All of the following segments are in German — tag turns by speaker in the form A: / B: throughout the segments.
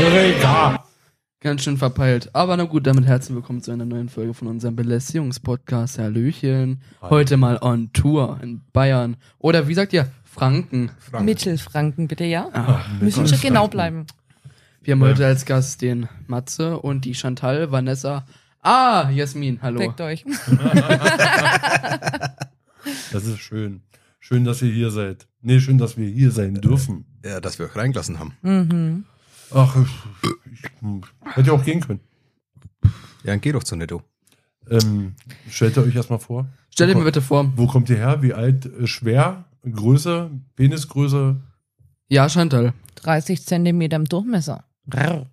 A: Eureka!
B: Ganz schön verpeilt. Aber na gut, damit herzlich willkommen zu einer neuen Folge von unserem Belästigungspodcast Hallöchen.
A: Hi.
B: Heute mal on Tour in Bayern. Oder wie sagt ihr? Franken.
A: Frank.
C: Mittelfranken, bitte, ja?
B: Ach,
C: Müssen schon genau bleiben.
B: wir haben heute als Gast den Matze und die Chantal, Vanessa. Ah, Jasmin, hallo.
C: Deckt euch.
A: Das ist schön. Schön, dass ihr hier seid. Nee, schön, dass wir hier sein dürfen.
D: Ja, dass wir euch reingelassen haben.
C: Mhm.
A: Ach, ich, ich, hätte auch gehen können.
D: Ja, dann geh doch zu Netto.
A: Ähm, stellt ihr euch erstmal vor.
B: Stell dir mal bitte vor.
A: Wo kommt ihr her? Wie alt? Äh, Schwer? Größe? Penisgröße?
B: Ja, Chantal.
C: 30 Zentimeter im Durchmesser. Brrr.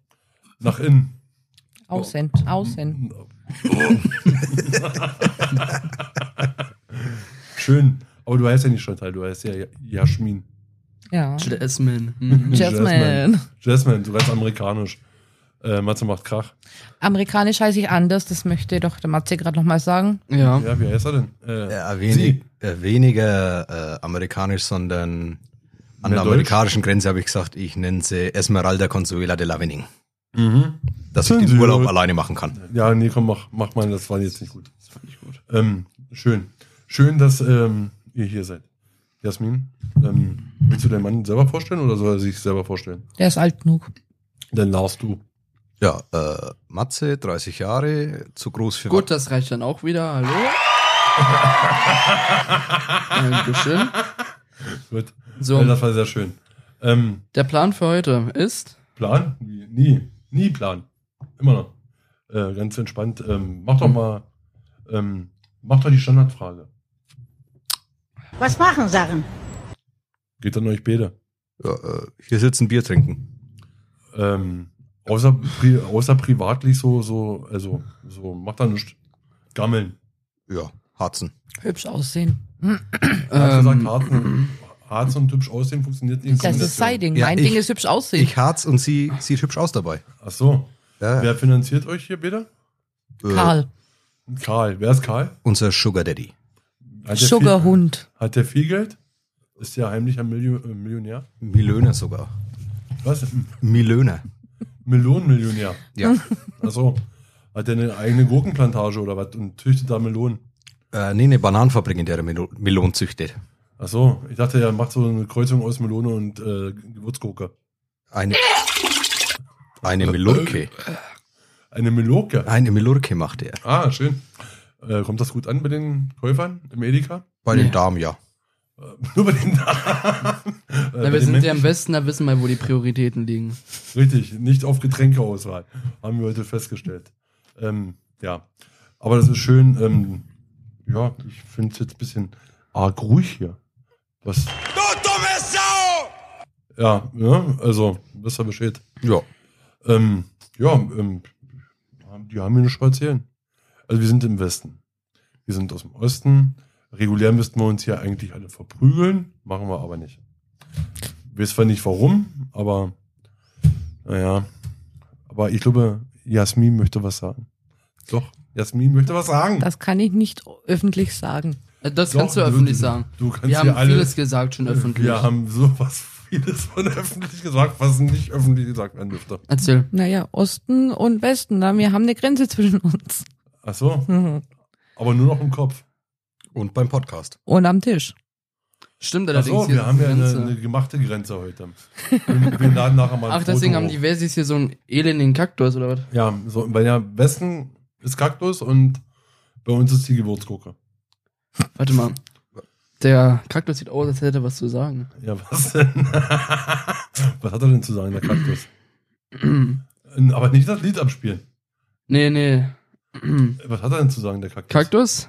A: Nach innen?
C: Außen, außen.
A: Schön. Aber du heißt ja nicht Chantal, du heißt ja Ja- Jasmin.
C: Ja.
B: Jasmin. Mhm.
C: Jasmine.
A: Jasmine, du ganz amerikanisch. Äh, Matze macht Krach.
C: Amerikanisch heiße ich anders, das möchte doch der Matze gerade nochmal sagen.
B: Ja.
A: Ja, wie heißt er denn? Äh,
D: Ja,
A: Sie.
D: wenig, äh, weniger äh, amerikanisch, sondern
A: Mehr
D: an der
A: Deutsch?
D: amerikanischen Grenze habe ich gesagt, ich nenne sie Esmeralda Consuela de la Venning.
A: Mhm.
D: Dass ich
A: Sind
D: den
A: Sie
D: Urlaub
A: gut?
D: alleine machen kann.
A: Ja, nee, komm, mach, mach mal, das war jetzt nicht gut. Das war nicht gut. Ähm, schön. Schön, dass ähm, ihr hier seid. Jasmin, ähm, willst du deinen Mann selber vorstellen oder soll er sich selber vorstellen?
C: Der ist alt genug.
A: Dann darfst du.
D: Ja, äh, Matze, 30 Jahre, zu groß für
B: Gut, das reicht dann auch wieder. Hallo. Dankeschön.
A: Gut.
B: So.
A: Äh, das war sehr schön. Ähm,
B: Der Plan für heute ist,
A: Plan? Nie, nie, nie Plan. Immer noch. Äh, ganz entspannt. Ähm, mach doch mal, ähm, mach doch die Standardfrage.
E: Was machen Sachen?
A: Geht an euch beide.
D: Ja, äh, hier sitzen, Bier trinken.
A: Ähm, außer, pri außer privatlich so, so, also, so, macht da nichts. Gammeln.
D: Ja, Harzen.
C: Hübsch aussehen.
A: Er hat gesagt,
B: ähm,
A: Harz und, Harz und hübsch aussehen funktioniert nicht. in
C: Das
A: Kombination.
C: ist sein Ding.
D: Ja,
C: mein
D: ich-
C: Ding ist hübsch aussehen.
D: Ich harz und sie sieht hübsch aus dabei.
A: Ach so.
D: Ja,
A: Wer finanziert euch hier bitte?
D: äh,
C: Karl.
A: Karl. Wer ist Karl?
D: Unser Sugar Daddy.
A: Hat der
C: Sugarhund.
A: Viel, hat der viel Geld? Ist der heimlicher Milio- äh, Millionär?
D: Milöner sogar.
A: Was?
D: Milöner.
A: Melonenmillionär.
D: Ja.
A: Ach so. Hat der eine eigene Gurkenplantage oder was und züchtet da Melonen?
D: äh, nee, eine Bananenfabrik, in der er Melo Melonen züchtet.
A: Ach so. Ich dachte, er macht so eine Kreuzung aus Melone und äh, Gewürzgurke.
D: Eine, eine Melurke.
A: Eine Melurke.
D: Eine Melurke macht er.
A: Ah, schön. Äh, kommt das gut an bei den Käufern im Edeka?
D: Bei
B: Nee.
D: den Damen, ja.
A: Nur bei den Damen. Äh, bei
B: na, wir
A: den
B: sind ja im
A: Menschen-
B: Westen, da wissen wir, wo die Prioritäten liegen.
A: Richtig, nicht auf Getränkeauswahl, haben wir heute festgestellt. Ähm, ja, aber das ist schön. Ähm, ja, ich finde es jetzt ein bisschen arg ruhig hier. Was? Du dumme Sau! Ja, ne? also, besser Bescheid.
D: Ja.
A: Ähm, ja, ähm, die haben mir nichts zu erzählen. Also, wir sind im Westen. Wir sind aus dem Osten. Regulär müssten wir uns hier eigentlich alle verprügeln, machen wir aber nicht. Ich weiß zwar nicht warum, aber naja. Aber ich glaube, Jasmin möchte was sagen. Doch, Jasmin möchte was sagen.
C: Das kann ich nicht öffentlich sagen.
B: Äh, Das
A: Doch,
B: kannst du öffentlich sagen.
A: Du kannst
B: Wir
A: hier
B: haben
A: alle,
B: vieles gesagt schon öffentlich.
A: Wir haben sowas vieles von öffentlich gesagt, was nicht öffentlich gesagt werden dürfte.
B: Erzähl.
C: Naja, Osten und Westen, na, wir haben eine Grenze zwischen uns.
A: Ach so,
C: Mhm.
A: aber nur noch im Kopf.
D: Und beim Podcast.
C: Und am Tisch.
B: Stimmt
A: Ach
B: allerdings.
A: so,
B: hier
A: wir haben
B: die
A: ja eine,
B: Grenze.
A: eine gemachte Grenze heute. Wir, wir laden nachher mal ein
B: Ach, deswegen
A: Foto
B: haben
A: hoch.
B: die Versis hier so einen elenden Kaktus oder was?
A: Ja, so, weil ja Westen ist Kaktus und bei uns ist die Geburtsgurke.
B: Warte mal. Der Kaktus sieht aus, als hätte er was zu sagen.
A: Ja, was denn? was hat er denn zu sagen, der Kaktus? Aber nicht das Lied abspielen.
B: Nee, nee.
A: Was hat er denn zu sagen, der Kaktus?
B: Kaktus?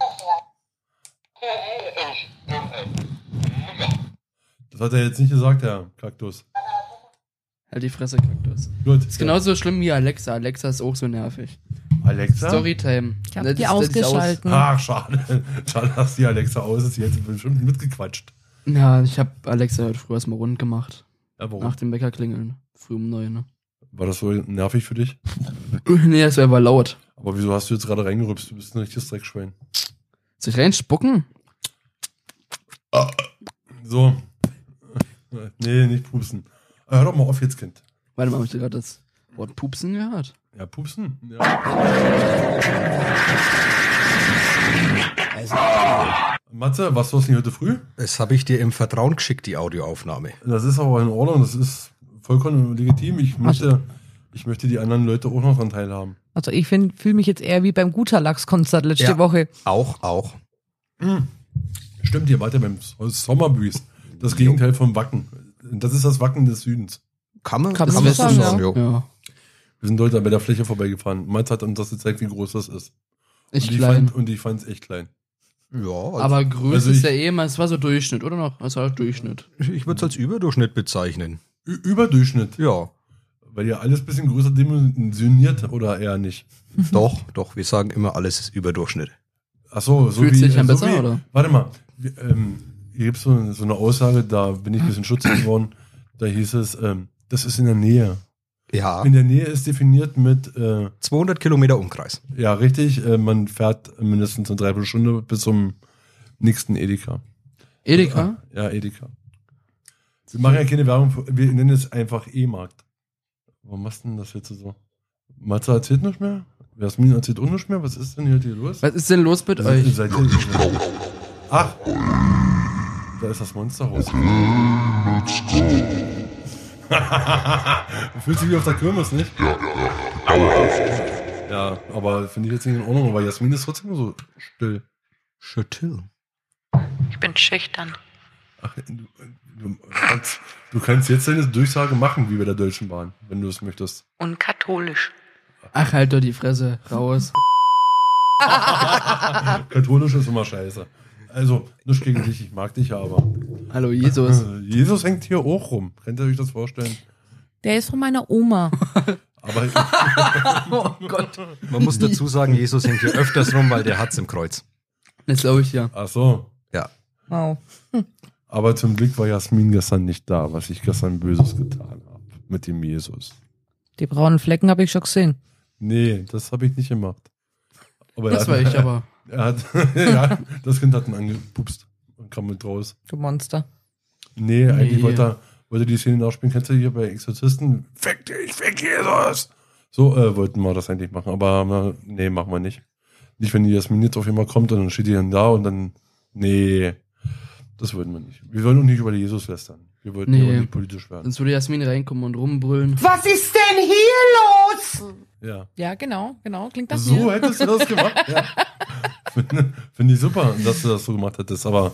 A: Das hat er jetzt nicht gesagt, der Kaktus.
B: Halt die Fresse, Kaktus.
A: Gut.
B: Ist genau genauso schlimm wie Alexa. Alexa ist auch so nervig.
A: Alexa?
B: Storytime.
C: Ich habe
B: Das
C: die
B: ist- das ist aus-
C: ausgeschalten.
A: Ach, schade. Schade, dass die Alexa aus ist. Die hätte bestimmt mitgequatscht.
B: Ja, ich habe Alexa heute früh erstmal rund gemacht.
A: Ja, warum?
B: Nach dem Wecker klingeln. Früh um neun, ne?
A: War das so nervig für dich?
B: nee, das wäre aber laut.
A: Aber wieso hast du jetzt gerade reingerübst? Du bist ein richtiges Dreckschwein.
B: Soll ich reinspucken?
A: So. Nee, nicht pusten. Ah, Hör doch mal auf jetzt, Kind.
B: Warte mal, hab ich gerade das Wort Pupsen gehört.
A: Ja, pupsen. Ja.
D: Also,
A: Matze, was los denn heute früh?
D: das habe ich dir im Vertrauen geschickt, die Audioaufnahme.
A: Das ist aber in Ordnung, das ist vollkommen legitim. Ich möchte, ich möchte die anderen Leute auch noch daran teilhaben.
C: Also ich fühle mich jetzt eher wie beim Guterlachs-Konzert letzte
D: Ja.
C: Woche.
D: Auch, auch.
A: Stimmt, ihr weiter beim Sommerbreeze. Das Gegenteil vom Wacken. Das ist das Wacken des Südens.
D: Kann man,
C: Kann man
D: man
C: so sagen, ja.
D: jo.
B: Ja.
A: Wir sind heute bei der Fläche vorbeigefahren. Mats hat uns das gezeigt, wie groß das ist.
B: Ich
A: und ich
B: klein.
A: fand- und ich fand es echt klein.
D: Ja, also
B: Aber Größe
A: also ich-
B: ist ja eh immer, es war so Durchschnitt, oder noch? Es war Durchschnitt.
D: ich würde es als Überdurchschnitt bezeichnen.
A: Ü Überdurchschnitt.
D: Ja,
A: Weil ihr alles bisschen größer dimensioniert oder eher nicht.
C: Mhm.
D: doch, doch, wir sagen immer, alles ist Überdurchschnitt.
A: Ach so, so
B: Fühlt
A: wie,
B: sich dann
A: so
B: besser,
A: wie,
B: oder?
A: Warte mal, wir, ähm, hier gibt es so, so eine Aussage, da bin ich ein bisschen schutzig geworden. Da hieß es, ähm, das ist in der Nähe.
D: Ja,
A: In der Nähe ist definiert mit, äh,
D: 200 Kilometer Umkreis.
A: ja richtig, äh, man fährt mindestens eine Dreiviertelstunde bis zum nächsten Edeka.
B: Edeka?
A: Ja, Edeka. Wir machen ja keine Werbung, für, wir nennen es einfach E-Markt. Warum machst du denn das jetzt so? Matze erzählt nicht mehr? Jasmin erzählt auch nicht mehr? Was ist denn hier, hier los?
B: Was ist denn los mit
A: Seid-
B: euch?
A: seid ihr- Ach, da ist das Monsterhaus. Fühlt sich wie auf der Kirmes, nicht? Ja, ja, ja. aber finde ich jetzt nicht in Ordnung, weil Jasmin ist trotzdem so still.
D: Schüttel.
F: Ich bin schüchtern.
A: Ach, du, äh, du, kannst, du kannst jetzt deine Durchsage machen, wie bei der Deutschen Bahn, wenn du es möchtest.
F: Und katholisch.
B: Ach, halt doch die Fresse. Raus.
A: Katholisch ist immer scheiße. Also, nicht gegen dich, ich mag dich ja, aber. äh,
B: Hallo, Jesus.
A: Jesus hängt hier auch rum. Könnt ihr euch das vorstellen?
C: Der ist von meiner Oma.
A: Aber
B: oh Gott.
D: Man muss dazu sagen, Jesus hängt hier öfters rum, weil der hat's im Kreuz.
B: Das glaube ich ja.
A: Ach so.
C: Wow.
A: Aber zum Glück war Jasmin gestern nicht da, was ich gestern Böses getan habe mit dem Jesus.
C: Die braunen Flecken habe ich schon gesehen.
A: Nee, das habe ich nicht gemacht. Aber
B: Das
A: er
B: war
A: hat,
B: ich aber.
A: Er hat, ja, das Kind hat ihn angepupst und kam mit raus.
C: Du Monster.
A: Nee, eigentlich
B: Nee.
A: wollte er wollte die Szene nachspielen. Kennst du hier bei Exorzisten? Fick dich, fick Jesus! So äh, wollten wir das eigentlich machen, aber äh, nee, machen wir nicht. Nicht, wenn die Jasmin jetzt auf einmal kommt und dann steht die dann da und dann. Nee, das wollten wir nicht. Wir wollen auch nicht über die Jesus lästern. Wir wollten
B: Nee.
A: nee. nicht politisch werden.
B: Sonst würde Jasmin reinkommen und rumbrüllen.
E: Was ist denn hier los?
A: Ja.
C: Ja, genau, genau. Klingt das
A: So
C: hier?
A: hättest du das gemacht. ja. Finde find ich super, dass du das so gemacht hättest. Aber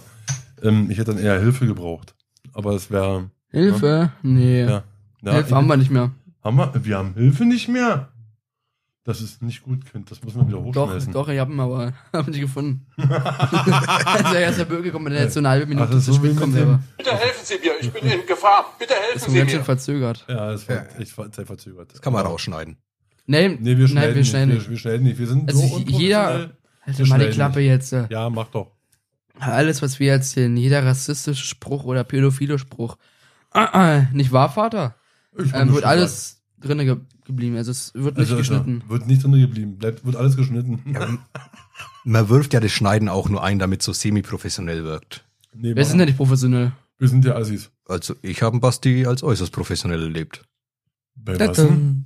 A: ähm, ich hätte dann eher Hilfe gebraucht. Aber es wäre.
B: Hilfe? Nee.
A: Ja. Ja,
B: Hilfe haben wir nicht mehr.
A: haben wir, wir haben Hilfe nicht mehr. Das ist nicht gut, Kind. Das müssen wir wieder
B: Doch,
A: hochschmeißen.
B: doch, ich hab ihn aber hab ihn nicht gefunden. also er ist der Bürger gekommen, wenn er jetzt so eine halbe Minute
A: Ach, das ist
B: zu
A: so wie
B: spät
A: mit
B: kommt,
A: dem-
B: selber.
G: Bitte helfen Sie mir, ich bin in Gefahr. Bitte
B: Ist
G: helfen
B: schon
G: Sie
B: ganz schön
G: mir.
B: verzögert.
A: Ja, das war echt ver- sehr verzögert.
D: Das kann man rausschneiden.
B: Nee,
A: Nee, wir schneiden
B: nein, wir
A: nicht.
B: schneiden
A: Wir, wir schneiden nicht. Wir sind
B: Also
A: so
B: j- jeder-
A: unprofessionell.
B: Halt
A: wir
B: mal die
A: schneiden
B: Klappe jetzt. äh.
A: Ja, mach doch.
B: Alles, was wir erzählen, jeder rassistische Spruch oder pädophile Spruch, ah, ah, nicht wahr, Vater?
A: Ich bin
B: Ähm, wird
A: schon
B: alles drinne ge geblieben. Also es wird
A: da.
B: nicht
A: Also,
B: geschnitten.
A: Ja, wird nicht drin geblieben. Bleibt, wird alles geschnitten.
D: Man wirft ja das Schneiden auch nur ein, damit es so semi-professionell wirkt.
A: Nee,
B: Wir sind ja
A: machen-
B: nicht professionell.
A: wir sind ja Assis.
D: Also ich habe Basti als äußerst professionell erlebt.
A: Bei was? denn?
C: Tadam.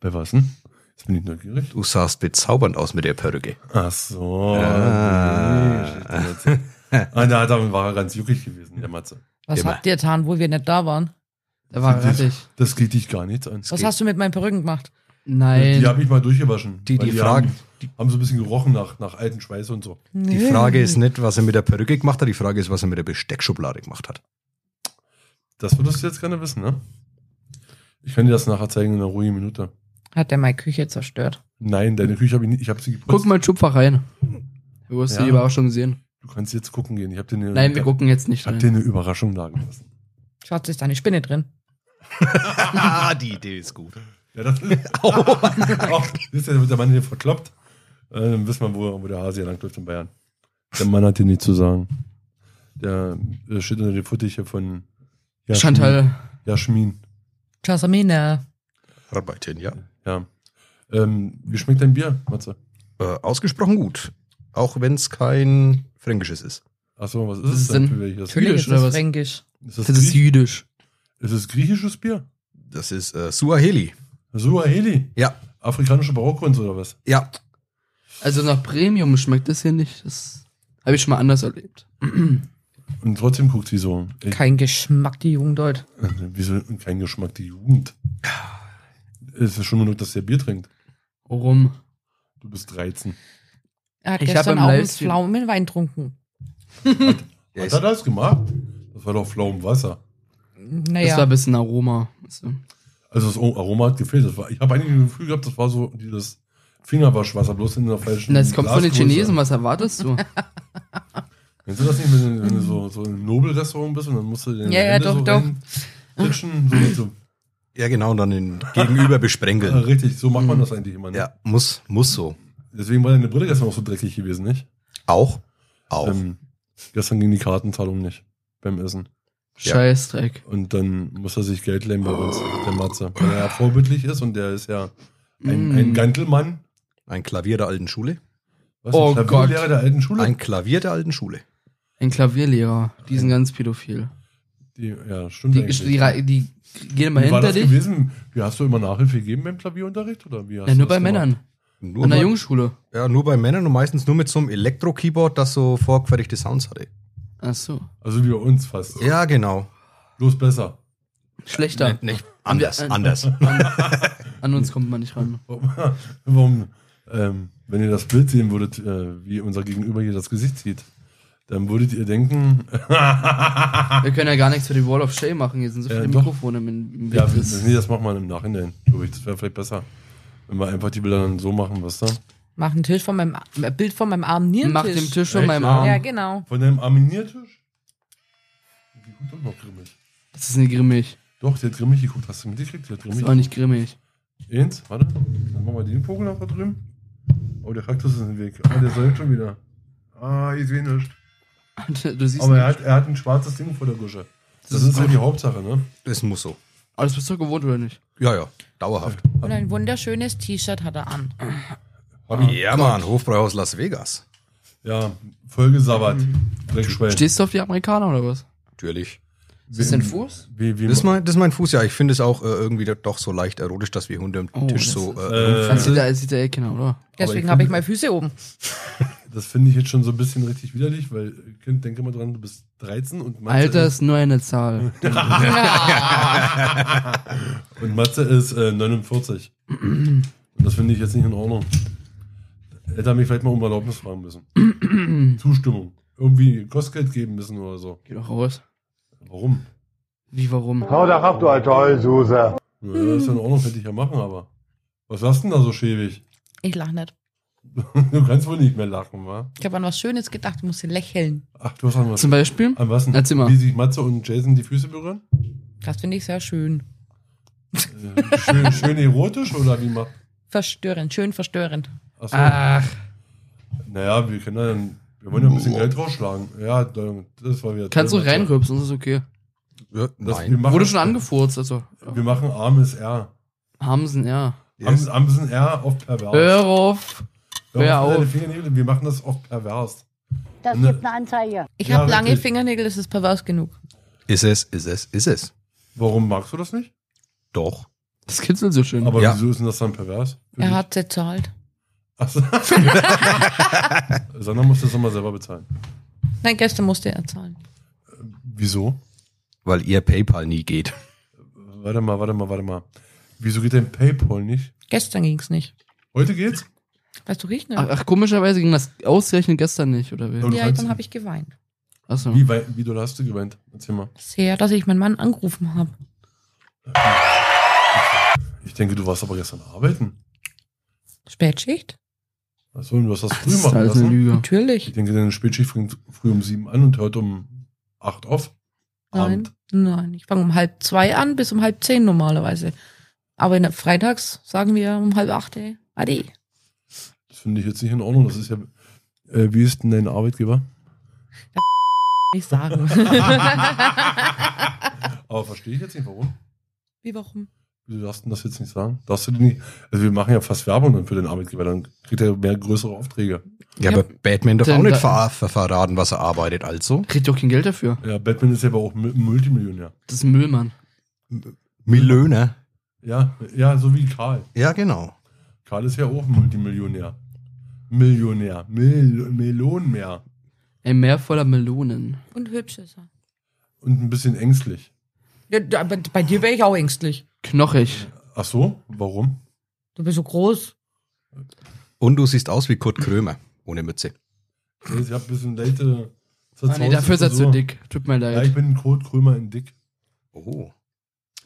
A: Bei was? denn? Jetzt bin ich neugierig.
D: Du sahst bezaubernd aus mit der Perücke.
A: Ach so.
D: Ah.
A: die Geschichte erzählt. ah, da, da war er ganz juckig gewesen, der Matze.
C: Was
D: Immer.
C: habt ihr getan, wo wir nicht da waren?
B: Da war er rattig.
A: Das geht dich gar nichts an.
C: Was hast du mit meinen Perücken gemacht?
B: Nein.
A: Die habe ich mal durchgewaschen.
D: Die-
A: Weil
D: die Fragen-
A: Haben, die haben so ein bisschen gerochen nach, nach alten Schweiß und so.
D: Die Frage ist nicht, was er mit der Perücke gemacht hat, die Frage ist, was er mit der Besteckschublade gemacht hat.
A: Das würdest du jetzt gerne wissen, ne? Ich kann dir das nachher zeigen in einer ruhigen Minute.
C: Hat der meine Küche zerstört?
A: Nein, deine Küche habe ich nicht. Ich habe sie geputzt.
B: Guck mal in den Schubfach rein. Du hast die
A: Ja.
B: Überraschung gesehen.
A: Du kannst jetzt gucken gehen. Ich habe dir eine,
B: Nein, wir gucken jetzt
A: Ich
B: nicht
A: habe dir
B: rein.
A: eine Überraschung da gelassen.
C: Schatz, ist da eine Spinne drin?
D: Ah, die Idee ist gut.
A: Ja, das ist. Ach, siehst du, oh. da wird der Mann hier verkloppt. Äh, dann wissen wir, wo, wo der Hase hier langläuft in Bayern. Der Mann hat dir nichts zu sagen. Der äh, steht unter den Fittiche von Jasmin.
B: Chantal,
A: Jasmin,
C: Jasmine.
D: Arbeitin, ja.
A: ja. Ähm, wie schmeckt dein Bier, Matze?
D: Äh, ausgesprochen gut. Auch wenn es kein fränkisches ist.
A: Achso, was ist
B: Was
A: es
B: ist
A: denn
B: denn?
A: für welches?
C: Natürlich
B: Jüdisch
C: ist
B: oder
C: das
B: was?
C: fränkisch.
A: Ist es,
B: das ist
A: Griech-
B: jüdisch.
A: ist es griechisches Bier?
D: Das ist äh, Suaheli.
A: Suaheli.
D: Ja,
A: Afrikanische Barockkunst oder was?
D: ja.
B: Also nach Premium schmeckt das hier nicht. Das habe ich schon mal anders erlebt.
A: Und trotzdem guckt sie so. Ich, also,
C: Kein Geschmack, die Jugend heute.
A: wieso kein Geschmack, die Jugend? Es ist schon genug, dass der Bier trinkt.
B: Warum?
A: Du bist 13.
C: Er hat
B: Ich hab
C: gestern
B: im
C: auch einen
B: Livestream-
C: Pflaumenwein getrunken.
D: Ja,
A: Hat
D: ist-
A: er das gemacht? Das war doch flau im Wasser.
B: Das war
C: Naja,
B: ein bisschen Aroma. Also,
A: Also das Aroma hat gefehlt. Das war, ich habe eigentlich ein Gefühl gehabt, das war so dieses Fingerwaschwasser, bloß in der falschen
B: das kommt von den
A: Glasgröße.
B: Chinesen, was erwartest du?
A: Kennst du das nicht, wenn du, wenn du so, so in einem Nobelrestaurant bist und dann musst du den
C: Ja, ja, doch,
A: so
C: doch.
A: reinrutschen, so, mit so,
D: ja genau, und dann den Gegenüber
A: ja,
D: besprengeln.
A: richtig, so macht man das eigentlich immer. Ne?
D: Genau. Mhm. Ja, muss, muss so.
A: Deswegen war deine Brille gestern auch so dreckig gewesen, nicht?
D: Auch? Auch.
A: Ähm, gestern ging die Kartenzahlung nicht beim Essen.
B: Scheißdreck.
A: Und dann muss er sich Geld leihen bei uns, der Matze. Weil er ja vorbildlich ist und der ist ja ein,
B: Mm.
A: ein Gantelmann.
D: Ein Klavier der alten Schule?
A: Was,
B: Oh
A: ein
B: Gott.
A: Klavierlehrer der alten Schule?
D: Ein Klavier der alten Schule.
B: Ein Klavierlehrer. Die sind ganz pädophil.
A: die, ja, stimmt
B: Die,
A: eigentlich.
B: die, rei- die gehen immer
A: Wie war
B: hinter
A: das
B: dich.
A: gewesen? Wie hast du immer Nachhilfe gegeben beim Klavierunterricht? Oder wie hast
B: Ja,
A: du
B: nur bei
A: das gemacht?
B: Männern.
D: Nur
B: An der
D: bei-
B: Jungschule.
D: Ja, nur bei Männern und meistens nur mit so einem Elektro-Keyboard, das so vorgefertigte Sounds hatte.
B: Ach so.
A: Also wie bei uns fast.
D: Ja, genau.
A: Bloß besser.
B: Schlechter.
D: Nee, nee, Äh, anders,
B: Haben wir-
D: anders.
B: An uns kommt man nicht ran.
A: Warum, warum ähm, wenn ihr das Bild sehen würdet, äh, wie unser Gegenüber hier das Gesicht sieht, dann würdet ihr denken,
B: Wir können ja gar nichts für die Wall of Shame machen. Hier sind so
A: Ah. Ja,
B: viele
A: doch.
B: Mikrofone im, im
A: ja,
B: Weg.
A: das, nee, das macht man im Nachhinein, glaube ich. Das wäre vielleicht besser. Wenn wir einfach die Bilder dann so machen, weißt du?
C: mach ein Tisch von meinem, Ar- ein Bild von meinem armen Nierentisch.
B: Mach den Tisch von
A: Echt?
B: meinem
A: Ja.
B: Arm.
C: Ja, genau.
A: Von deinem Arminiertisch? Die guckt doch noch grimmig.
B: Das ist nicht grimmig.
A: Doch, die hat grimmig geguckt. Hast du mitgekriegt? Die hat
B: Das
A: grimmig
B: ist auch nicht grimmig.
A: Eins, warte. Dann machen wir den Vogel noch da drüben. Oh, der Kaktus ist im Weg. Ah, der säuft schon wieder. Ah, ich sehe nichts.
B: Du siehst
A: Aber er
B: nicht.
A: hat, er hat ein schwarzes Ding vor der Gusche. Das,
B: Das
A: ist
B: ist
A: so die Hauptsache, ne?
D: Das muss so.
B: Aber das bist du gewohnt, oder nicht?
D: Ja, ja, dauerhaft.
C: Und ein wunderschönes T-Shirt hat er an.
D: Ja, Mann, Hofbräuhaus Las Vegas.
A: Ja, vollgesabbert. Dreckschwellen.
B: Stehst du auf die Amerikaner oder was?
D: Natürlich.
B: Ist das dein Fuß?
A: Wie, wie,
D: Das ist mein, das ist mein Fuß, ja. Ich finde es auch äh, irgendwie doch so leicht erotisch, dass wir Hunde am
B: Oh,
D: Tisch
B: das
D: so
B: ist-
D: äh,
A: Äh,
B: Das sieht der, sieht der eh keiner, oder?
C: Deswegen
A: ich
C: habe ich
A: finde-
C: meine Füße oben.
A: das finde ich jetzt schon so ein bisschen richtig widerlich, weil, Kind, denke mal dran, du bist 13 und Matze
B: Alter ist nur eine Zahl.
A: ist, und Matze ist äh, 49. und das finde ich jetzt nicht in Ordnung. Hätte er mich vielleicht mal um Erlaubnis fragen müssen. Zustimmung. Irgendwie Kostgeld geben müssen oder so.
B: Geh doch raus.
A: Warum?
B: Wie, warum?
H: Hau doch ab, du alte Heulsuse.
A: Ja, das
B: Mhm.
A: ist ja in Ordnung, könnte ich ja machen, aber. Was hast denn da so schäbig?
C: Ich lache nicht.
A: Du kannst wohl nicht mehr lachen, wa?
C: Ich habe an was Schönes gedacht, ich musste lächeln.
A: Ach, du hast an was.
B: Zum Beispiel?
A: An was denn?
B: Erzähl mal.
A: Wie sich Matze und Jason die Füße berühren?
C: Das finde ich sehr schön.
A: Äh, schön, schön erotisch oder wie macht.
C: Verstörend, schön verstörend.
A: Achso.
B: Ah.
A: Naja, wir können ja dann. Wir wollen ja ein bisschen Geld rausschlagen. Ja, dann- das war wieder.
B: Kannst du
A: Matze.
B: reinrübsen, das ist okay.
D: äh,
A: Das, wir
D: Nein.
A: machen,
B: Wurde schon angefurzt, also.
A: Wir machen armes R.
B: Hamsen, ja.
A: Yes. Amsen R auf pervers.
B: Hör auf.
A: Wir machen
B: hör auf.
A: deine Fingernägel, Wir machen das auf pervers.
E: Das
A: Ne.
E: gibt eine Anzeige.
C: Ich
A: Ja,
C: habe lange
A: richtig.
C: Fingernägel, das ist pervers genug.
D: Ist es, ist es, ist es.
A: Warum magst du das nicht?
D: Doch.
B: Das kitzelt so schön.
A: Aber
D: Ja.
A: wieso ist denn das dann pervers? Für
C: Er
A: dich?
C: hat bezahlt.
A: Achso. Sandra muss das nochmal selber bezahlen.
C: Nein, gestern musste er zahlen.
A: Wieso?
D: Weil ihr PayPal nie geht.
A: Warte mal, warte mal, warte mal. Wieso geht dein PayPal nicht?
C: Gestern ging es nicht.
A: Heute geht's?
C: Weißt du, riecht nicht?
B: Ach, ach, komischerweise ging das ausgerechnet gestern nicht, oder
A: Ja,
B: wie?
A: du
C: ja,
A: kannst-
C: dann habe ich geweint.
B: Achso.
A: Wie, wei- wie doll hast du geweint? Erzähl mal.
C: Sehr, dass ich meinen Mann angerufen habe.
A: Ich denke, du warst aber gestern arbeiten.
C: Spätschicht?
A: Achso, und du hast das
B: Das
A: früh
B: ne? ist
A: machen
B: alles eine
A: lassen.
B: Lüge.
A: Ich
C: Natürlich.
A: denke, deine Spätschicht fängt früh um sieben an und hört um acht auf.
C: Nein. Nein, ich fange um halb zwei an bis um halb zehn normalerweise. Aber in der freitags sagen wir um halb acht, ey, ade.
A: Das finde ich jetzt nicht in Ordnung. Das ist ja. Äh, wie ist denn dein Arbeitgeber?
C: Nicht sagen.
A: Aber verstehe ich jetzt nicht, warum.
C: Wie warum?
A: Wieso darfst du denn das jetzt nicht sagen? Darfst du denn nicht. Also, wir machen ja fast Werbung dann für den Arbeitgeber. Dann kriegt er mehr größere Aufträge.
D: Ja,
C: Ja.
D: aber Batman darf
B: Denn
D: auch nicht
B: da-
D: ver ver verraten, was er arbeitet, also.
B: Kriegt doch kein Geld dafür.
A: Ja, Batman ist ja aber auch Mü- Multimillionär.
B: Das ist ein Müllmann.
D: Millioner.
A: Ja, ja, so wie Karl.
D: Ja, genau.
A: Karl ist ja auch Multimillionär. Millionär. Mil Melonenmeer.
B: Ein Meer voller Melonen.
C: Und hübsch ist er.
A: Und ein bisschen ängstlich.
C: Ja, da- bei, bei dir wäre ich auch ängstlich.
B: Knochig.
A: Ach so, warum?
C: Du bist so groß.
D: Und du siehst aus wie Kurt Krömer, ohne Mütze.
A: Ich habe ein bisschen äh, leite.
B: Ah, nee, dafür ist er zu dick. Tut mir
A: Ja,
B: leid.
A: ich bin ein Kurt Krömer in dick.
D: Oh.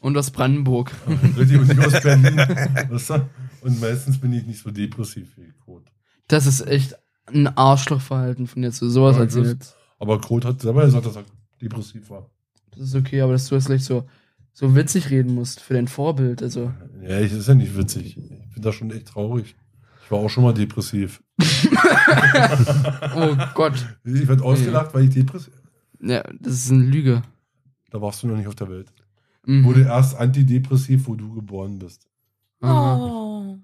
B: Und aus Brandenburg.
A: Richtig, und ich aus Berlin. Weißt du? Und meistens bin ich nicht so depressiv wie Kurt.
B: Das ist echt ein Arschlochverhalten von dir zu sowas
A: Ja,
B: erzählt.
A: das- Aber Kurt hat selber gesagt, dass er depressiv war.
B: Das ist okay, aber dass du jetzt gleich so, so witzig reden musst für dein Vorbild. Also,
A: Ja, ich ist ja nicht witzig. Ich bin da schon echt traurig. Ich war auch schon mal depressiv.
B: oh Gott.
A: Ich werde ausgelacht, weil ich depressiv.
B: Ja, das ist eine Lüge.
A: Da warst du noch nicht auf der Welt.
B: Mhm.
A: Wurde erst antidepressiv, wo du geboren bist.
B: Aha.
C: Oh.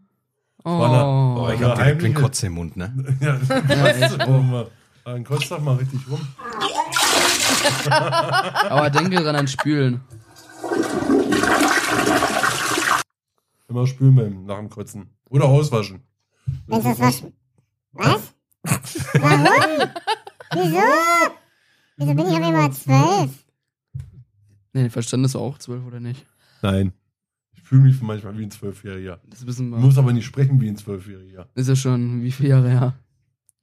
B: Oh.
A: Boah,
D: Ich
A: Ja,
D: hab direkt den
A: heimliche-
D: Kotze im Mund, ne?
A: Ja,
B: echt.
A: ja, dann kotzt doch mal richtig rum.
B: Aber denke dran an Spülen.
A: Immer spülen beim nach dem Kotzen. Oder auswaschen.
I: Wenn sie es waschen. Was? Warum? Wieso? Wieso bin ich auf einmal zwölf?
B: Nee, der Verstand ist auch zwölf oder nicht?
A: Nein. Ich fühle mich manchmal wie ein Zwölfjähriger.
B: Das wissen wir.
A: Muss aber nicht sprechen wie ein Zwölfjähriger.
B: Ist ja schon, wie viele Jahre her?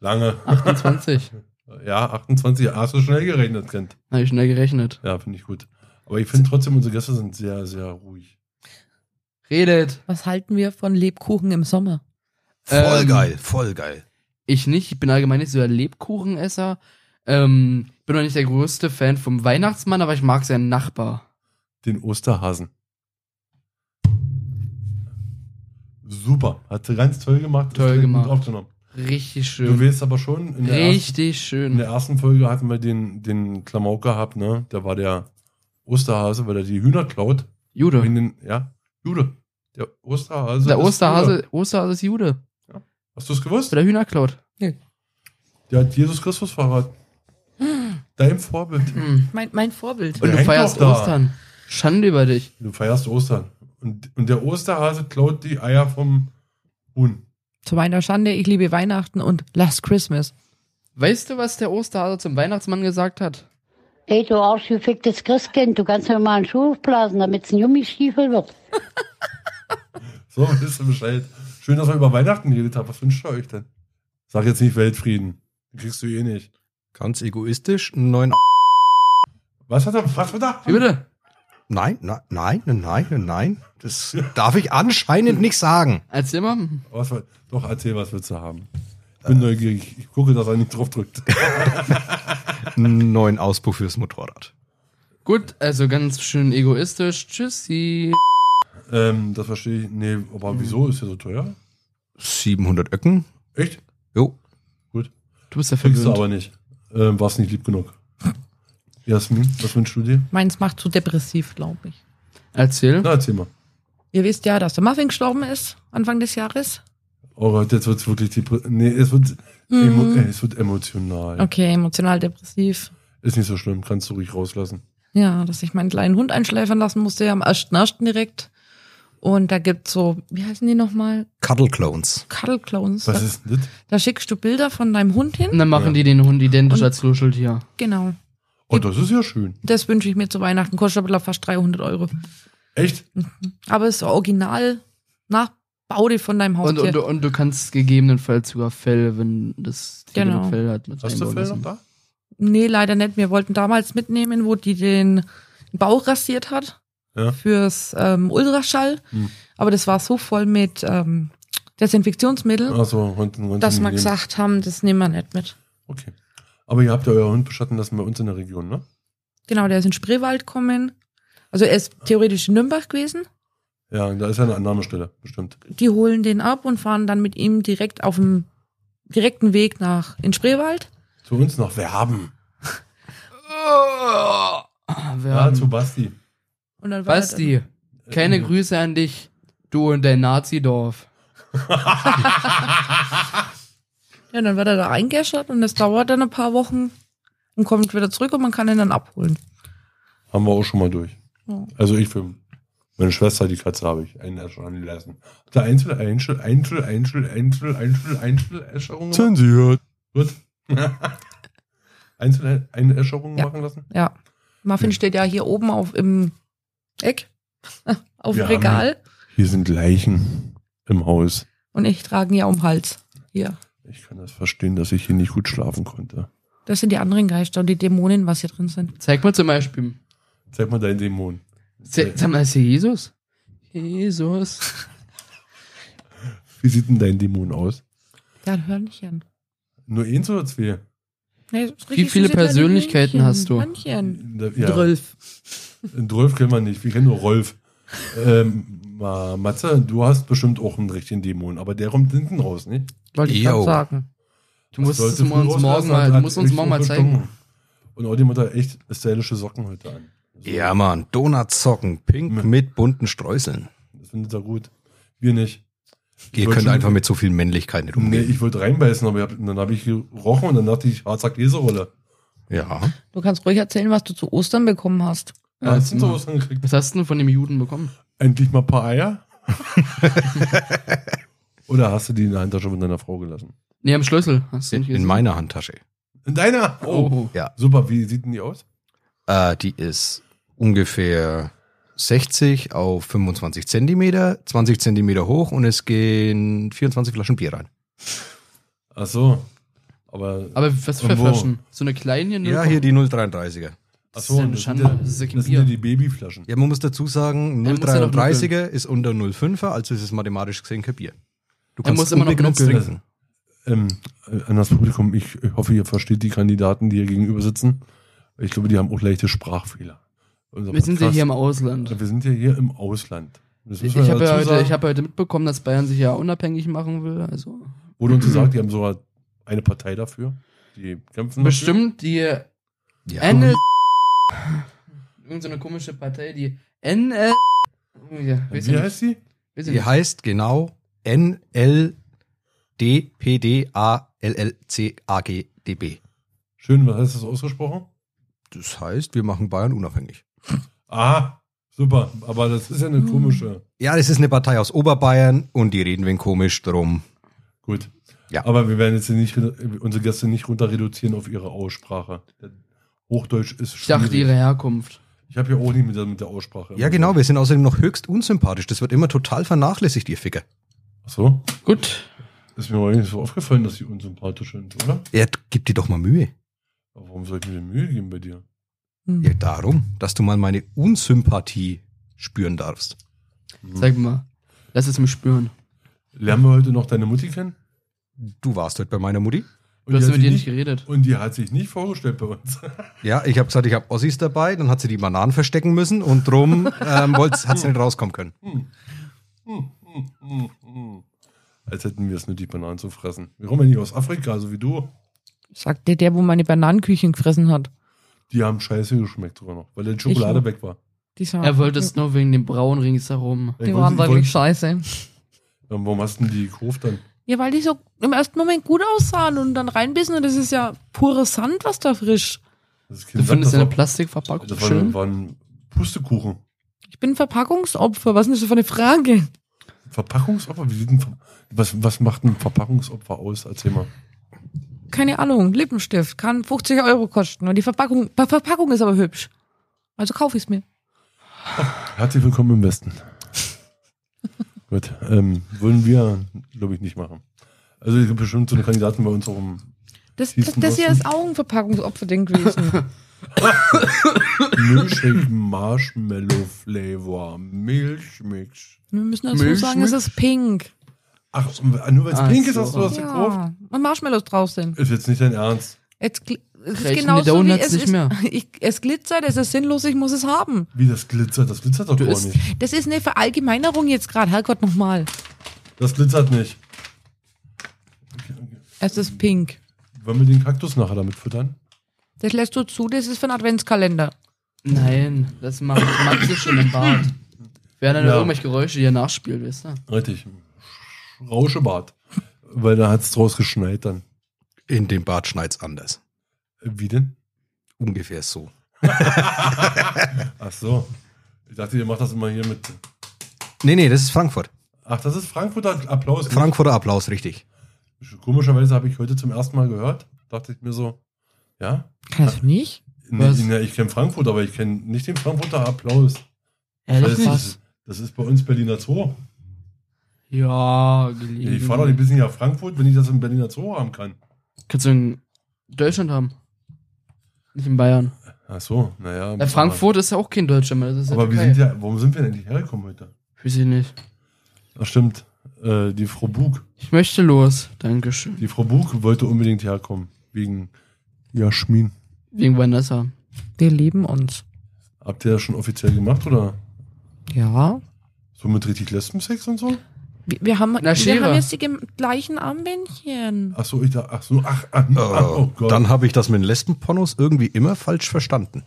A: Lange.
B: 28.
A: Ja, 28. Hast du schnell gerechnet, Kind.
B: Habe ich schnell gerechnet.
A: Ja, finde ich gut. Aber ich finde trotzdem, unsere Gäste sind sehr, sehr ruhig.
B: Redet.
C: Was halten wir von Lebkuchen im Sommer?
D: Voll
B: Ähm,
D: geil, voll geil.
B: Ich nicht. Ich bin allgemein nicht so der Lebkuchenesser. Ähm, bin noch nicht der größte Fan vom Weihnachtsmann, aber ich mag seinen Nachbar.
A: Den Osterhasen. Super. Hat sie ganz toll gemacht. Ist
B: Toll
A: direkt
B: gemacht.
A: Gut aufgenommen.
B: Richtig schön.
A: Du willst aber schon, in der, ersten,
B: Richtig
A: in
B: schön.
A: der ersten Folge hatten wir den, den Klamauk gehabt, ne? Da war der Osterhase, weil er die Hühner klaut.
B: Jude.
A: In den, ja, Jude. Der Osterhase.
B: der
A: ist
B: Osterhase,
A: Jude.
B: Osterhase ist Jude.
A: Hast du es gewusst?
B: Oder Hühnerklaut.
A: Der hat Jesus Christus verraten. Dein Vorbild.
B: Hm.
C: Mein, mein Vorbild.
B: Und
A: Der
B: du
A: hängt
B: feierst
A: doch da.
B: Ostern. Schande über dich.
A: Du feierst Ostern. Und, und der Osterhase klaut die Eier vom Huhn.
C: Zu meiner Schande, ich liebe Weihnachten und Last Christmas.
B: Weißt du, was der Osterhase zum Weihnachtsmann gesagt hat?
I: Ey, du arschgeficktes Christkind, du kannst mir mal einen Schuh aufblasen, damit es ein Jummistiefel wird.
A: So, wisst ihr Bescheid. Schön, dass wir über Weihnachten geredet haben. Was wünscht ihr euch denn? Sag jetzt nicht Weltfrieden. Den kriegst du eh nicht.
D: Ganz egoistisch, einen neuen. A-
A: Was hat er? Was hat er?
B: Wie bitte?
D: Nein, nein, nein, nein, nein. Das darf ich anscheinend nicht sagen.
B: Erzähl mal.
A: Was, war- doch, erzähl, was willst du haben? Ich bin neugierig. Ich gucke, dass er nicht drauf drückt.
D: Einen neuen Auspuff fürs Motorrad.
B: Gut, also ganz schön egoistisch. Tschüssi.
A: ähm, das verstehe ich. Nee, aber wieso ist der so teuer?
D: 700 Öcken.
A: Echt?
D: Jo.
B: Du bist ja
A: Kriegst du
B: verwöhnt.
A: aber nicht. Ähm, warst nicht lieb genug. Jasmin, was wünschst du dir?
C: Meins macht zu depressiv, glaube ich.
B: Erzähl.
A: Na, erzähl mal.
C: Ihr wisst ja, dass der Muffin gestorben ist, Anfang des Jahres.
A: Oh Gott, jetzt wird's wirklich die. Nee, es wird, emo, äh, es wird emotional.
C: Okay, emotional depressiv.
A: Ist nicht so schlimm, kannst du ruhig rauslassen.
C: Ja, dass ich meinen kleinen Hund einschläfern lassen musste am 1.1. direkt. Und da gibt's so, wie heißen die nochmal?
D: Cuddle Clones.
C: Cuddle Clowns.
A: Was
C: Da,
A: ist denn das?
C: da schickst du Bilder von deinem Hund hin.
B: Und dann machen
A: Ja.
B: die den Hund identisch
C: Und-
B: als Kuscheltier.
C: Genau.
A: Oh, das ist ja schön.
C: Das wünsche ich mir zu Weihnachten. Kostet aber fast 300 Euro.
A: Echt?
C: Aber es ist original Nachbau dir von deinem
B: Und,
C: Haustier.
B: und, du- und du kannst gegebenenfalls sogar Fell, wenn das Tier
C: Genau.
B: ein Fell hat, mit
A: Hast du
B: einbauen
A: Fell noch
B: lassen.
A: da?
C: Nee, leider nicht. Wir wollten damals mitnehmen, wo die den Bauch rasiert hat
A: Ja.
C: fürs ähm, Ultraschall.
A: Hm.
C: Aber das war so voll mit ähm, Desinfektionsmittel,
A: Achso, Hunden, Hunden.
C: dass wir gesagt haben, das nehmen wir nicht mit.
A: Okay. Aber ihr habt ja euren Hund beschatten lassen bei uns in der Region, ne?
C: Genau, der ist in Spreewald gekommen. Also er ist theoretisch in Nürnberg gewesen.
A: Ja, und da ist ja eine Annahmestelle, bestimmt.
C: Die holen den ab und fahren dann mit ihm direkt auf dem direkten Weg nach in Spreewald.
A: Zu uns nach Werben.
B: Ah, wir
A: Ja, also-
B: haben-
A: zu Basti.
C: Und dann war er
B: Basti, keine Grüße an dich, du und dein Nazidorf.
C: Ja, dann wird er da eingeschert und das dauert dann ein paar Wochen und kommt wieder zurück und man kann ihn dann abholen.
A: Haben wir auch schon mal durch.
C: Ja.
A: Also ich für Meine Schwester, die Katze habe ich einäschern lassen. Hat er Einzel, Einzel, Einzel, Einzel, Einzel, Einzel, Einzel, Äscherung gemacht?
J: Zensiert.
A: Gut. Einzel, Einäscherung
C: Ja.
A: machen lassen?
C: Ja. Muffin steht ja hier oben auf im Eck, auf
B: ne?
A: Wir
C: dem Regal.
A: Hier sind Leichen im Haus.
C: Und ich trage ihn ja um den Hals. Hier.
A: Ich kann das verstehen, dass ich hier nicht gut schlafen konnte.
C: Das sind die anderen Geister und die Dämonen, was hier drin sind.
B: Zeig mal zum Beispiel.
A: Zeig mal deinen Dämon.
B: Ze- Sag mal, ist hier Jesus? Jesus.
A: Wie sieht denn dein Dämon aus?
C: Ja, ein Hörnchen.
A: Nur eins oder zwei?
C: Nee, das ist
B: Wie
C: richtig
B: viele
C: süße kleine
B: Persönlichkeiten
C: Hörnchen.
B: hast du?
C: Hörnchen.
A: Ja,
C: Drölf.
A: einen Drolf kennen wir nicht, wir kennen nur Rolf. Ähm, Ma- Matze, du hast bestimmt auch einen richtigen Dämon, aber der kommt hinten raus, nicht?
C: Wollte ich
D: Yo.
C: gerade sagen.
B: Du musst
A: Das
B: es
A: sollte
B: uns morgen
A: früh rauslassen,
B: mal, du
A: hat
B: musst uns
A: echt
B: morgen mal
A: gute
B: zeigen.
A: Stunden. Und Audi Mutter echt stylische Socken heute an. Also,
D: Ja, Mann. Donutsocken. Pink
A: Mhm.
D: mit bunten Streuseln.
A: Das findet er gut. Wir nicht.
D: Ihr
A: wollte
D: könnt
A: schon-
D: einfach mit so viel Männlichkeit nicht
A: Nee,
D: umgehen.
A: ich wollte reinbeißen, aber ich hab, dann habe ich gerochen und dann dachte ich, Harzer Käserolle.
D: ja.
C: Du kannst ruhig erzählen, was du zu Ostern bekommen hast.
A: Ja,
B: Was
A: hast du
B: immer.
A: sowas gekriegt?
B: Was hast du denn von dem Juden bekommen?
A: Endlich mal ein paar Eier? Oder hast du die in der Handtasche von deiner Frau gelassen?
B: Nee, am Schlüssel. Hast du
D: In,
B: nicht
D: in
B: gesehen?
D: meiner Handtasche.
A: In deiner? Oh.
B: Oh.
A: Super, wie sieht denn die aus?
D: Äh, die ist ungefähr 60 auf 25 Zentimeter, 20 Zentimeter hoch und es gehen 24 Flaschen Bier rein.
A: Ach so. Aber,
B: Aber was für
A: Und wo?
B: Flaschen? So eine kleine
D: Ja, hier die 033er.
A: ach
B: das ist
A: so,
B: ja eine
A: das sind,
B: Schande.
A: ja,
B: Das ist ja kein
A: das sind
B: Bier.
A: ja die Babyflaschen.
D: Ja, man muss dazu sagen,
B: Er muss ja noch
D: 033er ist unter 05er, also ist es mathematisch gesehen kein Bier. Du
B: Er muss immer noch
D: unbegrenzt
B: nuckeln.
D: trinken.
A: Ähm, äh, an das Publikum, ich hoffe, ihr versteht die Kandidaten, die hier gegenüber sitzen. Ich glaube, die haben auch leichte Sprachfehler. Unser
B: Wir sind ja
A: Podcast-
B: hier im Ausland.
A: Wir sind ja hier im Ausland. Das
B: Ich
A: muss man
B: habe ja
A: dazu
B: heute,
A: sagen.
B: ich hab ja heute mitbekommen, dass Bayern sich ja unabhängig machen will. Also
A: Wurde uns gesagt, die haben sogar eine Partei dafür. Die kämpfen
B: bestimmt die
D: Ja.
B: NL. Irgend so eine komische Partei, die NL. Ja,
A: Dafür.
B: weiß
A: Wie
B: ich
A: heißt die?
B: Weiß ich
D: Die
B: nicht.
D: heißt genau NLDPDALLCAGDB.
A: Schön, was heißt das ausgesprochen?
D: Das heißt, wir machen Bayern unabhängig.
A: Ah, super. Aber das ist ja
B: Hm.
A: eine komische.
D: Ja, das ist eine Partei aus Oberbayern und die reden wen komisch drum.
A: Gut.
D: Ja.
A: Aber wir werden jetzt hier nicht, unsere Gäste nicht runter reduzieren auf ihre Aussprache. Denn Hochdeutsch ist
B: Ich dachte, ihre
A: schwierig.
B: Herkunft.
A: Ich habe ja auch nicht mit der, mit der Aussprache.
D: Ja, genau, wir sind außerdem noch höchst unsympathisch. Das wird immer total vernachlässigt, ihr Ficker.
A: Ach so.
B: Gut.
A: Ist mir aber nicht so aufgefallen, dass sie unsympathisch sind, oder?
D: Ja, gib dir doch mal Mühe.
A: Aber warum soll ich mir denn Mühe geben bei dir?
D: Ja, darum, dass du mal meine Unsympathie spüren darfst.
A: Mhm.
B: Sag mal. Lass es mich spüren.
A: Lernen wir heute noch deine Mutti kennen?
D: Du warst heute bei meiner Mutti.
A: Und
B: Du hast
A: die
B: mit
A: hat
B: dir nicht
A: sich
B: geredet.
A: Und die hat sich nicht vorgestellt bei uns.
D: Ja, ich habe gesagt, ich habe Ossis dabei. Dann hat sie die Bananen verstecken müssen und drum ähm, wollt's- hat sie nicht rauskommen können.
A: Als hätten wir es nötig, Bananen zu fressen. Wir kommen ja nicht aus Afrika, so wie du.
C: Sagt dir der, wo meine Bananenküchen gefressen hat.
A: Die haben scheiße geschmeckt sogar noch, weil die Schokolade
C: Ich-
A: weg war.
C: Die sagen,
B: Er wollte es nur wegen dem braunen ringsherum.
A: Ich
C: Die waren
A: wollte- ich
C: wirklich
A: wollte-
C: scheiße.
A: Dann Warum hast du denn die gekauft dann?
C: Ja, weil die so im ersten Moment gut aussahen und dann reinbissen und das ist ja pures Sand, was da frisch.
A: Das ist kein
B: Du
A: Sand,
B: findest
A: das
B: eine
A: war-
B: Plastikverpackung
A: Das war,
B: schön.
A: war ein Pustekuchen.
C: Ich bin Verpackungsopfer, was ist das für eine Frage?
A: Verpackungsopfer? Wie sieht ein Ver was, was macht ein Verpackungsopfer aus? Erzähl mal.
C: Keine Ahnung, Lippenstift kann 50 Euro kosten und die Verpackung, Ver- Verpackung ist aber hübsch. Also kaufe ich's mir.
A: Herzlich willkommen im Westen. Gut, ähm, würden wir, glaube ich, nicht machen. Also es gibt bestimmt so eine Kandidaten bei uns auch im
C: Das, das,
A: Schießen
C: das hier
A: lassen.
C: ist auch ein Verpackungsopfer-Ding gewesen.
A: Milchshake Marshmallow Flavor Milchmix.
C: Wir müssen dazu
B: Milch
C: sagen, es ist pink.
A: Ach, äh, nur weil es
B: Ach
A: pink ist,
B: Ah, so.
A: hast du das gekauft?
C: Ja, und Marshmallows drauf sind.
A: Ist jetzt nicht dein Ernst.
C: Jetzt, gl- es ist
B: Reichen die
C: genauso wie
B: Donuts
C: es
B: nicht
C: ist,
B: mehr?
C: Ich, es glitzert, es ist sinnlos, ich muss es haben.
A: Wie das glitzert, das glitzert doch
B: Du
A: gar
B: isst-
A: nicht.
C: Das ist eine Verallgemeinerung jetzt gerade, Herrgott nochmal.
A: Das glitzert nicht.
C: Es ist pink.
A: Wollen wir den Kaktus nachher damit füttern?
C: Das lässt du zu, das ist für einen Adventskalender.
B: Nein, das macht Matze schon im Bad. Werden dann
A: Ja.
B: irgendwelche Geräusche hier nachspielt, weißt du?
A: Richtig. Rauschebart. Weil da hat es draus geschneit dann.
D: In dem Bad schneit's anders.
A: Wie denn?
D: Ungefähr so.
A: Ach so. Ich dachte, ihr macht das immer hier mit.
D: Nee, nee, das ist Frankfurt.
A: Ach, das ist Frankfurter Applaus. ne?
D: Frankfurter Applaus, richtig.
A: Komischerweise habe ich heute zum ersten Mal gehört. Dachte ich mir so, ja.
C: Kannst du nicht?
A: Nee,
B: Was?
A: nee, ich kenne Frankfurt, aber ich kenne nicht den Frankfurter Applaus.
C: Ehrlich
A: das,
C: was?
A: ist, das ist bei uns Berliner Zoo.
B: Ja, gelegen.
A: Ich fahre doch nicht bis nach Frankfurt, wenn ich das im Berliner Zoo haben kann.
B: Kannst du in Deutschland haben. Nicht in Bayern.
A: Ach so, naja.
B: Äh, Frankfurt ist ja auch kein Deutschland mehr. Das ist ja
A: Aber, aber wir
B: Türkei.
A: sind ja, warum sind wir denn eigentlich hergekommen heute?
B: Weiß ich nicht.
A: Ach stimmt, äh, die Frau Bug.
B: Ich möchte los. Dankeschön.
A: Die Frau Bug wollte unbedingt herkommen, wegen Jasmin.
B: Wegen Vanessa.
C: Wir lieben uns.
A: Habt ihr das schon offiziell gemacht, oder?
C: Ja.
A: So mit richtig Lesbensex und so?
C: Wir, wir, haben, wir
B: Schere.
C: haben jetzt die gem- gleichen Armbändchen.
A: Ach so, ich da, ach so, ach, ach, ach oh Gott.
D: Ähm, Dann habe ich das mit den Lesbenpornos irgendwie immer falsch verstanden.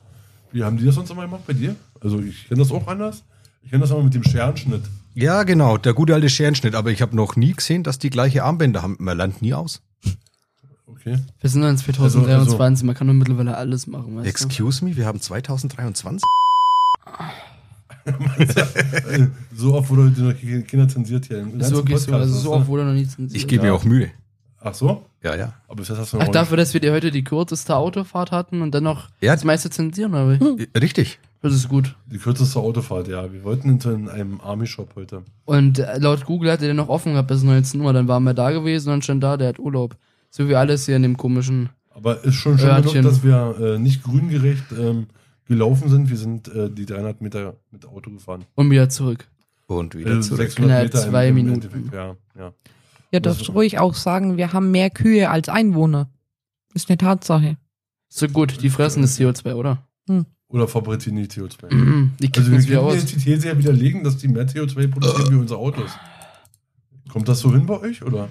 A: Wie haben die das sonst immer gemacht bei dir? Also ich kenne das auch anders. Ich kenne das immer mit dem Scherenschnitt.
D: Ja, genau, der gute alte Scherenschnitt, aber ich habe noch nie gesehen, dass die gleiche Armbänder haben. Man lernt nie aus.
A: Okay.
B: Wir sind
A: Also,
B: in 2023. Man kann doch mittlerweile alles machen. Weißt du?
D: Excuse me, wir haben 2023.
A: Äh, So oft wurde heute noch Ki- Kinder zensiert hier im
B: Das ist
A: ganzen
B: wirklich so.
A: Podcast,
B: Also
A: weißt
B: so
A: du?
B: oft wurde noch nichts
D: Ich gebe mir auch Mühe.
A: Ach so?
D: Ja, ja.
A: Aber bis jetzt hast du noch
B: Ach, dafür, dass wir dir heute die kürzeste Autofahrt hatten und dann noch
D: Ja.
B: das meiste zensieren, oder?
D: Hm.
B: wie?
D: Richtig.
B: Das ist gut.
A: die kürzeste Autofahrt, ja. Wir wollten hinter in einem Army-Shop heute.
B: Und äh, laut Google hat er den noch offen gehabt bis 19 Uhr. Dann waren wir da gewesen und dann stand da, der hat Urlaub. So wie alles hier in dem komischen.
A: Aber ist schon schön genug,
B: Örtchen.
A: dass wir äh, nicht grüngerecht ähm, gelaufen sind. Wir sind äh, die 300 Meter mit Auto gefahren.
B: Und wieder zurück.
D: Und wieder
A: Äh,
D: zurück.
A: 600
B: Innerhalb
A: Meter im-
B: zwei
A: im
B: Minuten.
A: Endeffekt, Ja, ja.
C: Ja,
A: Das
C: darfst
A: ist-
C: ruhig auch sagen, wir haben mehr Kühe als Einwohner. Ist eine Tatsache.
B: So gut, die fressen das CO2, oder?
A: Oder fabrizieren die CO2.
B: Die kicken
A: Also wir
B: uns wieder
A: können
B: aus.
A: jetzt die These ja widerlegen, dass die mehr CO2 produzieren wie unsere Autos. Kommt das so hin bei euch? Oder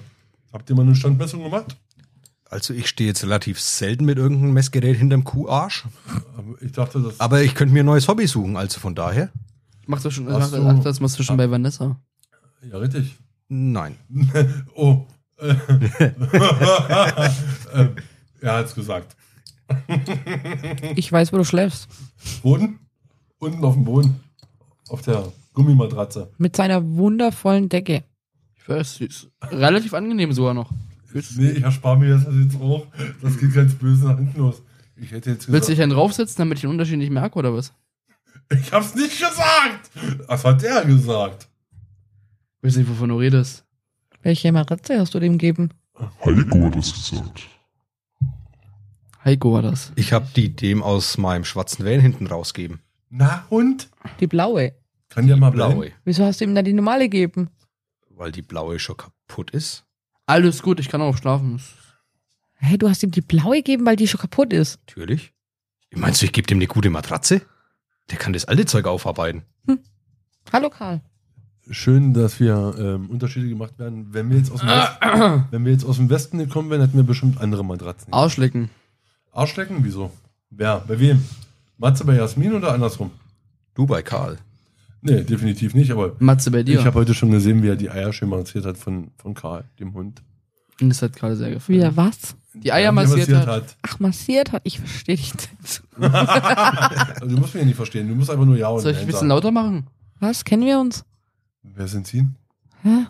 A: habt ihr mal eine Standmessung gemacht?
D: Also ich stehe jetzt relativ selten mit irgendeinem Messgerät hinterm Kuharsch.
A: Aber Ich dachte, das
D: Aber ich könnte mir ein neues Hobby suchen, also von daher.
B: Mach das schon,
A: Ach
B: ach,
A: so.
B: ach, das machst du schon bei Vanessa.
A: ja richtig.
D: Nein.
A: Oh. Äh, äh, er hat's gesagt. Hm.
C: Ich weiß, wo du schläfst.
A: Boden? Unten auf dem Boden. Auf der Gummimatratze.
C: Mit seiner wundervollen Decke.
B: Ich weiß, sie ist relativ angenehm sogar noch. Willst,
A: Nee, ich erspare mir das jetzt auch. Das geht ganz böse nach hinten los. Ich hätte jetzt
B: willst
A: gesagt.
B: du dich dann draufsetzen, damit ich den Unterschied nicht merke, oder was?
A: ich hab's nicht gesagt! Das hat er gesagt.
B: Ich weiß nicht, wovon du redest.
C: Welche Maratze hast du dem gegeben?
B: Heiko war das.
D: Ich habe die dem aus meinem schwarzen Van hinten rausgeben.
A: Na und?
C: Die blaue.
A: Kann ja mal bleiben.
D: Blaue.
C: Wieso hast du ihm da die normale gegeben?
D: Weil die blaue schon kaputt ist.
B: Alles gut, ich kann auch schlafen.
C: Hä, du hast ihm die blaue gegeben, weil die schon kaputt ist.
D: Natürlich. Meinst du, ich gebe dem eine gute Matratze? Der kann das alte Zeug aufarbeiten.
C: Hallo Karl.
A: Schön, dass wir ähm, Unterschiede gemacht werden. Wenn wir, jetzt aus dem Westen, wenn wir jetzt aus dem Westen gekommen wären, hätten wir bestimmt andere Matratzen.
B: Arschlecken.
A: Arschlecken? Wieso? Wer? Bei wem? Matze bei Jasmin oder andersrum?
D: Du bei Karl.
A: Nee, definitiv nicht, aber
B: Matze bei dir.
A: ich habe heute schon gesehen, wie er die Eier schön massiert hat von, von Karl, dem Hund.
B: Und das hat gerade sehr gefallen.
C: Wieder was?
B: Die Eier massiert hat.
C: Ach, massiert hat. Ich verstehe dich nicht.
A: Also, du musst mich ja nicht verstehen, du musst einfach nur Ja und
B: Soll ich
A: Nein
B: ein bisschen
A: sagen.
B: lauter machen?
C: Was? Kennen wir uns?
A: Wer sind Sie?
C: Hä?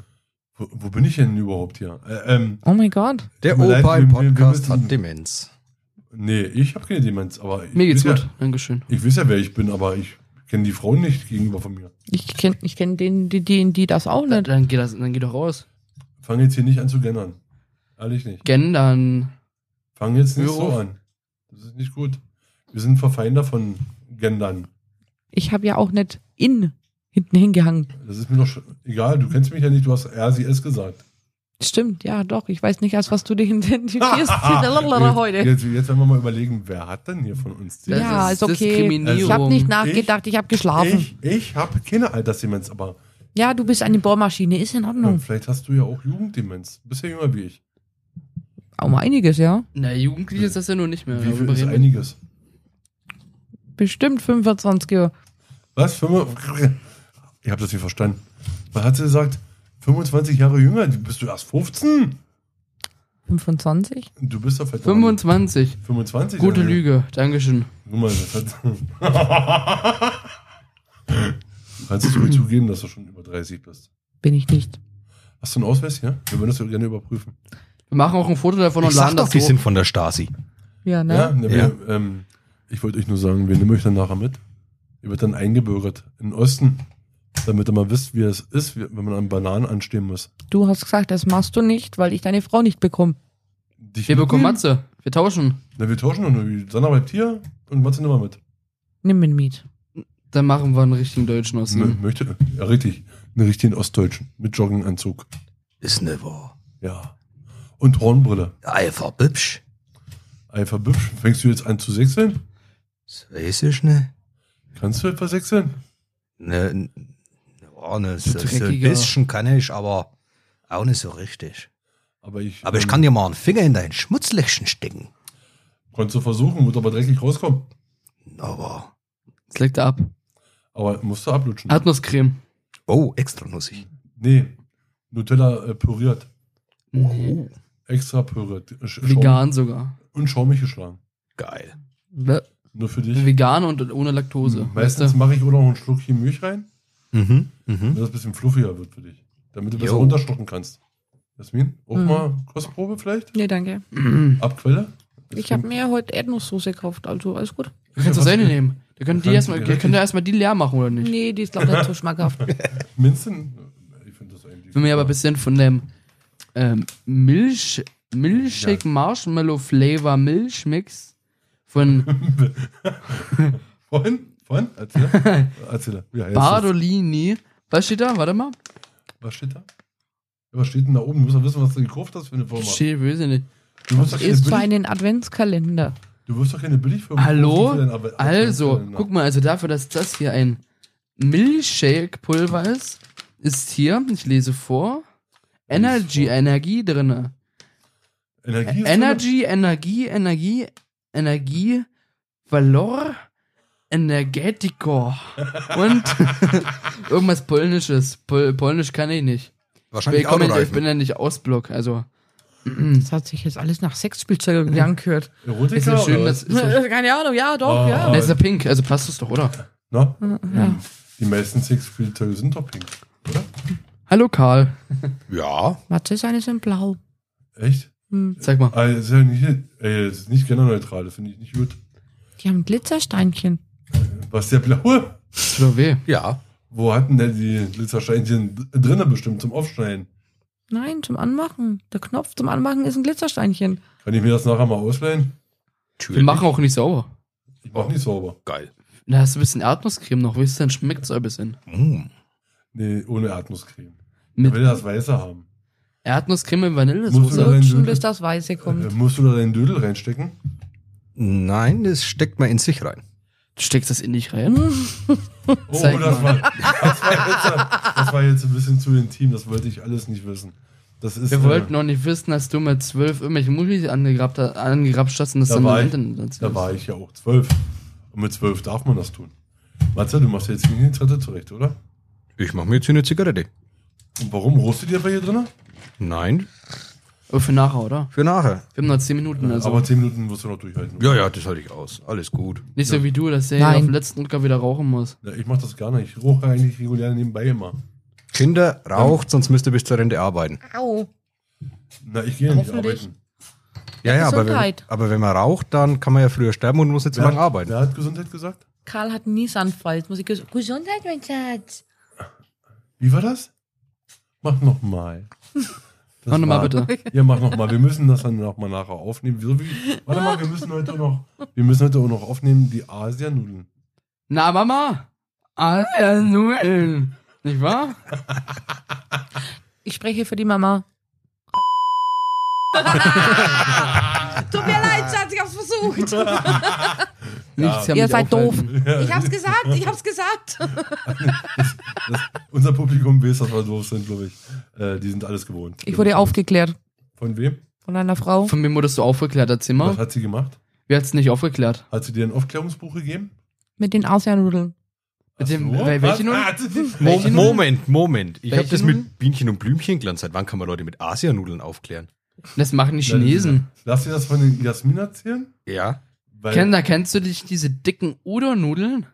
A: Wo, wo bin ich denn überhaupt hier? Äh, ähm,
C: Oh mein Gott.
D: Der
A: Tut mir leid,
D: Opa im
A: wir- wir- wir
D: Podcast
A: müssen-
D: hat Demenz.
A: nee, ich habe keine Demenz, aber ich
B: Mir geht's
A: weiß
B: gut.
A: Ja,
B: Dankeschön.
A: ich weiß ja, wer ich bin, aber ich kenne die Frau nicht gegenüber von mir.
C: Ich kenne ich kenn den, die, die, die das auch nicht.
B: Dann geht, das, dann geht doch raus.
A: Fang jetzt hier nicht an zu gendern. Ehrlich nicht.
B: Gendern.
A: Fang jetzt nicht
B: Hör
A: so
B: auf.
A: an. Das ist nicht gut. Wir sind Verfeinder von Gendern.
C: Ich habe ja auch nicht in hinten hingehangen.
A: Das ist mir doch schon- egal, du kennst mich ja nicht, du hast er, sie, es gesagt.
C: Stimmt, ja, doch. Ich weiß nicht, als was du dich identifizierst.
A: Ah,
C: heute.
A: Jetzt, jetzt werden wir mal überlegen, wer hat denn hier von uns die?
C: Ja, ist okay.
B: Diskriminierung.
C: Ich habe nicht nachgedacht, ich, habe geschlafen.
A: Ich, ich habe keine Altersdemenz, aber
C: Ja, du bist eine Bohrmaschine, ist in
A: ja,
C: Ordnung.
A: vielleicht hast du ja auch Jugenddemenz. Bist ja jünger wie ich.
C: Um einiges, ja.
B: Na, jugendlich ist das ja nur nicht mehr.
A: wie viel
B: Darüber
A: ist
B: reden wir.
A: einiges?
C: Bestimmt 25 Uhr.
A: Was? Fünfe- Ich habe das nicht verstanden. Was hat sie gesagt? 25 Jahre jünger? Bist du erst 15?
C: 25?
A: Du bist doch vielleicht noch
B: 25.
A: nicht 25.
B: Gute
A: Daniel.
B: Lüge. Dankeschön.
A: Guck mal, das hat. Kannst du es ruhig zugeben, dass du schon über 30 bist?
C: Bin ich nicht.
A: Hast du einen Ausweis hier? Wir würden das gerne überprüfen.
B: Wir machen auch ein Foto davon und
D: ich sag
B: laden
D: doch,
B: das
D: die
B: hoch.
D: sind von der Stasi.
C: Ja, ne?
A: Ja, ne,
D: Ja.
A: Wir, ähm, ich wollte euch nur sagen, wir nehmen euch dann nachher mit. Ihr wird dann eingebürgert in den Osten, damit ihr mal wisst, wie es ist, wie- wenn man an Bananen anstehen muss.
C: Du hast gesagt, das machst du nicht, weil ich deine Frau nicht bekomme.
A: Dich
B: Wir bekommen
C: Hm.
A: mitnehmen?
B: Matze. Wir tauschen.
A: Na, wir tauschen und Sanna bleibt hier und Matze nimmer mit.
C: Nimm ihn mit.
B: Dann machen wir einen richtigen Deutschen aus
A: Mö-
B: ihm.
A: Möchte, ja, richtig. Einen richtigen Ostdeutschen mit Jogginganzug.
D: Ist ne wahr.
A: Ja. Und Hornbrille.
D: Einfach hübsch.
A: Einfach bübsch. Fängst du jetzt an zu sechseln?
D: Das weiß ich ne.
A: Kannst du etwas sechseln?
D: Ne, n- ja, ne, so, so ein
B: Dreckiger.
D: bisschen kann ich, aber auch nicht so richtig.
A: Aber ich,
D: Aber ich
A: ähm,
D: kann dir mal einen Finger in dein Schmutzlöchchen stecken.
A: Konntest du versuchen, wird aber dreckig rauskommen.
D: Aber,
B: Jetzt legt er ab.
A: Aber musst du ablutschen.
B: Erdnusscreme.
D: oh, extra nussig.
A: nee. Nutella äh, püriert.
B: Nee.
A: Extra püriert. Äh, Sch-
B: Vegan sogar.
A: Schaum und schaumig geschlagen.
D: Geil.
B: Bäh.
A: Nur für dich. Hm.
B: Vegan und ohne Laktose. Weißt
A: Meistens
B: du? Hm.
A: mache ich oder noch einen Schluck hier Milch rein,
D: Mhm, mhm.
A: damit das ein bisschen fluffiger wird für dich. Damit du besser
D: Jo.
A: runterschlucken kannst. Jasmin, auch
C: Mhm.
B: Hm.
A: mal Kostprobe vielleicht?
C: Nee, danke.
A: Abquelle?
C: Ich habe mir heute Erdnusssoße gekauft, also alles gut.
B: Du kannst das eine nehmen. Da können die
A: Kannst-
B: erstmal,
A: ja,
B: da könnt ihr erstmal die leer machen, oder nicht?
C: Nee, die ist leider zu schmackhaft.
A: Minzen? Äh, Ich finde das eigentlich.
B: Ich will mir aber ein
A: super.
B: bisschen von dem ähm, Milch, Milchshake Marshmallow Flavor Milchmix von
A: Vorhin? Vorhin? Erzähl. Erzähl. Ja, jetzt ist-
B: Bardolini. Was steht da? Warte mal.
A: Was steht da? Was steht denn da oben? Du musst doch wissen, was du gekauft hast für eine Firma.
B: Steht böse nicht.
A: Du wirst doch keine,
C: ist für
A: billig,
C: einen Adventskalender.
A: du wirst doch keine Billigfirma
B: Hallo?
A: kaufen für deinen Arbe-
B: Also,
A: Arbeitskalender.
B: guck mal, also dafür, dass das hier ein Milchshake-Pulver ist, ist hier, ich lese vor, Energy,
A: vor.
B: Energie drinne.
A: Energie ist
B: Energy, Energie, Energie, Energie, Valor, Energetico und irgendwas Polnisches. Pol Polnisch kann ich nicht.
D: Wahrscheinlich
B: Willkommen, ich bin
D: Autoreifen.
B: ja nicht Ausblock, also.
A: Hm.
C: Das hat sich jetzt alles nach Sexspielzeugen angehört.
A: doch Erotika
B: Ist ja schön,
A: oder
B: dass.
A: was?
B: Ist ja,
C: Keine Ahnung, ja, doch,
A: Oh.
C: ja.
B: Na, ist ja pink, also passt es doch, oder?
A: Na?
C: ja.
A: Die meisten Sexspielzeuge sind doch pink, oder?
B: Hallo Karl,
D: Ja.
C: Mathe, seine sind blau.
A: Echt?
C: Hm.
B: zeig mal.
A: Ah, das ist ja nicht, ey, das ist nicht genderneutral, das finde ich nicht gut.
C: Die haben Glitzersteinchen.
A: Was der blaue?
B: Tut doch weh.
D: Ja.
A: Wo hatten denn die Glitzersteinchen drinnen bestimmt zum Aufschneiden?
C: Nein, zum Anmachen. Der Knopf zum Anmachen ist ein Glitzersteinchen.
A: Kann ich mir das nachher mal ausleihen?
B: Wir machen auch nicht sauber.
A: Ich mach nicht sauber.
D: Geil.
B: Da hast du ein bisschen Erdnusscreme noch, weißt du, dann schmeckt es ein bisschen.
D: Mm.
A: Nee, ohne Erdnusscreme. Ich will
B: Mit
A: das Weiße haben.
B: Erdnusscreme in
A: Musst du
B: Vanillesoße.
A: da rein
C: Lutschen,
A: Dödel?
C: bis das Weiße kommt.
A: Äh, musst du da deinen Dödel reinstecken?
D: Nein, das steckt man in sich rein.
B: Du steckst das in dich rein.
A: Oh,
B: Zeig
A: das
B: mal.
A: war, das, war jetzt, äh, das war jetzt ein bisschen zu intim, das wollte ich alles nicht wissen. Das ist,
B: Wir
A: äh,
B: wollten noch nicht wissen, dass du mit zwölf irgendwelche Muschis angegrabt, ha- angegrapscht hast und das
A: Da
B: dann
A: war
B: im
A: ich.
B: Internet
A: Da war ich ja auch zwölf. Und mit zwölf darf man das tun. Matze, du machst dir jetzt die Treppe zurecht, oder?
D: Ich mache mir jetzt hier eine Zigarette.
A: Und warum rostet ihr bei hier drin?
D: Nein.
B: Oh, für nachher, oder?
D: Für nachher.
B: Wir haben noch zehn Minuten, also.
A: Aber zehn Minuten wirst du noch durchhalten.
D: Ja, ja, das halte ich aus. Alles gut.
B: nicht so wie du, dass der
C: Nein.
B: hier auf dem letzten Drücker wieder rauchen muss.
A: Na, ich mach das gar nicht. Ich roche eigentlich regulär nebenbei immer.
D: Kinder, raucht, sonst müsst ihr bis zur Rente arbeiten.
I: Au.
A: Na, ich gehe ja nicht
C: Hoffentlich.
A: arbeiten.
D: Ja, ja, aber wenn,
C: Gesundheit.
D: aber wenn man raucht, dann kann man ja früher sterben und muss nicht so
A: Wer
D: lange
A: hat-
D: arbeiten.
A: Wer hat Gesundheit gesagt?
C: Karl hat nie Sandfall. Jetzt muss ich ges-
I: Gesundheit, mein Schatz.
A: Wie war das? Mach nochmal.
B: Mach noch mal bitte.
A: Ja, mach nochmal. Wir müssen das dann nochmal nachher aufnehmen. So wie, warte mal, wir müssen heute auch noch, wir müssen heute auch noch aufnehmen, die Asianudeln.
B: Na, Mama! Alter, Nudeln! Nicht wahr?
C: Ich spreche für die Mama.
E: Tut mir leid, Schatz, ich hab's versucht.
B: Nichts, ja,
C: Ihr
B: mich
C: seid
B: aufhalten.
E: Ich hab's gesagt, ich hab's gesagt.
A: Das, unser Publikum weiß, dass wir doof sind, glaube ich. Äh, die sind alles gewohnt.
C: Ich wurde aufgeklärt
A: Von wem?
C: von einer Frau.
B: Von mir wurdest du aufgeklärt, erzähl
A: Was
B: mal.
A: hat sie gemacht?
B: Wir hat's nicht aufgeklärt.
A: Hat sie dir ein Aufklärungsbuch gegeben?
C: Mit den Asianudeln.
B: Mit
A: Ach
B: dem-
A: so.
B: wel- welche
A: Was?
B: nun?
A: Ah, hat sie dich-
D: Mo
B: Welche Nudeln?
D: Moment, Moment. Ich habe
B: Welche
D: das
B: Nudeln?
D: mit Bienchen und Blümchen gelernt. Seit wann kann man Leute mit Asianudeln aufklären?
B: Das machen die Chinesen.
A: Lass dir das von den Jasmin erzählen?
D: Ja.
A: Weil
B: Kenner, kennst du dich diese dicken Udon-Nudeln?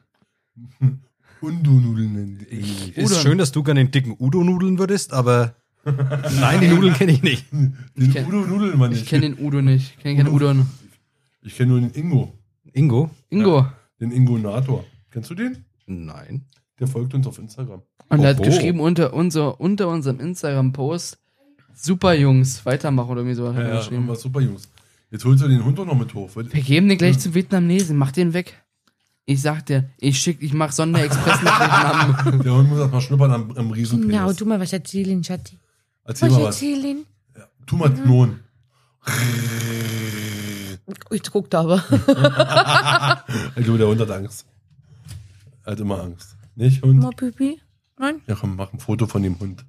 A: Undo-Nudeln nennen die Engländer.
D: Ist
B: Udon.
D: schön, dass du gerne den dicken Udo-Nudeln würdest, aber nein, die Nudeln kenne ich nicht.
B: Ich
A: Den
B: kenn-
A: Udo-Nudeln, Mann.
B: Ich kenne den Udo nicht. Ich kenne keinen
A: Udo.
B: Udon.
A: Ich kenn nur den Ingo.
D: Ingo?
B: Ingo.
A: Den Ingo-Nator. Kennst du den?
D: Nein.
A: Der folgt uns auf Instagram.
B: Und er hat
D: Oho.
B: geschrieben unter, unser, unter unserem Instagram-Post, super Jungs, weitermachen oder irgendwie so hat er
A: Ja, ja,
B: geschrieben.
A: war super, Jungs. Jetzt holst du den Hund doch noch mit hoch. weil-
B: Wir geben den gleich zum Vietnamesen, mach den weg. Ich sag dir, ich schick, ich mach Sonderexpress nach Vietnam.
A: Der Hund muss erstmal schnuppern am, am Riesenpenis.
E: Genau, tu mal was erzählen, Schatzi.
A: Erzähl
E: Was
A: mal was.
E: erzählen?
A: Tu mal Knurren.
C: Ich guck da aber.
A: Ich glaube, Also der Hund hat Angst. Er hat immer Angst. Nicht, Hund?
E: Mal Pipi?
A: Ja, komm, mach ein Foto von dem Hund.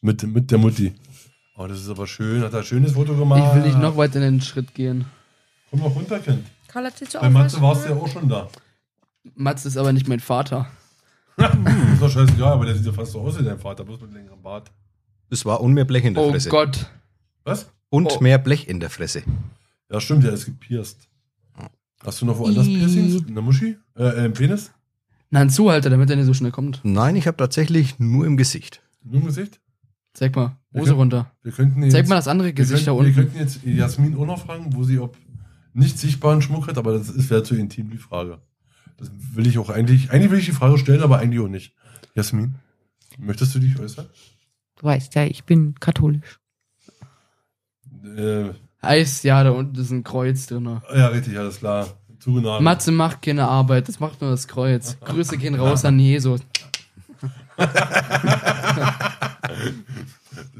A: Mit, mit der Mutti. Oh, das ist aber schön. Hat er ein schönes Foto gemacht.
B: Ich will nicht noch weiter in den Schritt gehen.
A: Komm doch runter, Kind.
E: Karl erzählt so
A: Bei Matze warst du ja auch schon da.
B: Mats ist aber nicht mein Vater.
A: Hm, Ist doch scheißegal, aber der sieht ja fast so aus wie dein Vater, bloß mit längerem Bart.
D: Es war und mehr Blech in der
B: Oh
D: Fresse.
B: Gott.
A: Was?
D: Und
B: Oh.
D: mehr Blech in der Fresse.
A: Ja, stimmt, der ist gepierst. Hast du noch woanders
B: Ih.
A: Piercings? In der Muschi? Äh, äh, im Penis?
B: Na, ein Zuhalter, damit er nicht so schnell kommt.
D: Nein, ich habe tatsächlich nur im Gesicht.
A: Nur im Gesicht?
B: Zeig mal, Hose
A: Okay.
B: runter.
A: Wir könnten jetzt,
B: Zeig mal das andere Gesicht da
A: wir könnten,
B: unten.
A: wir könnten jetzt Jasmin auch noch fragen, wo sie ob nicht sichtbaren Schmuck hat, aber das ist wäre zu intim die Frage. Das will ich auch eigentlich, eigentlich will ich die Frage stellen, aber eigentlich auch nicht. Jasmin, möchtest du dich äußern?
C: Du weißt ja, ich bin katholisch.
A: Äh,
B: Eis, ja, da unten ist ein Kreuz drin.
A: ja, richtig, alles klar. Zugenagelt.
B: Matze macht keine Arbeit, das macht nur das Kreuz. Grüße gehen raus an Jesus.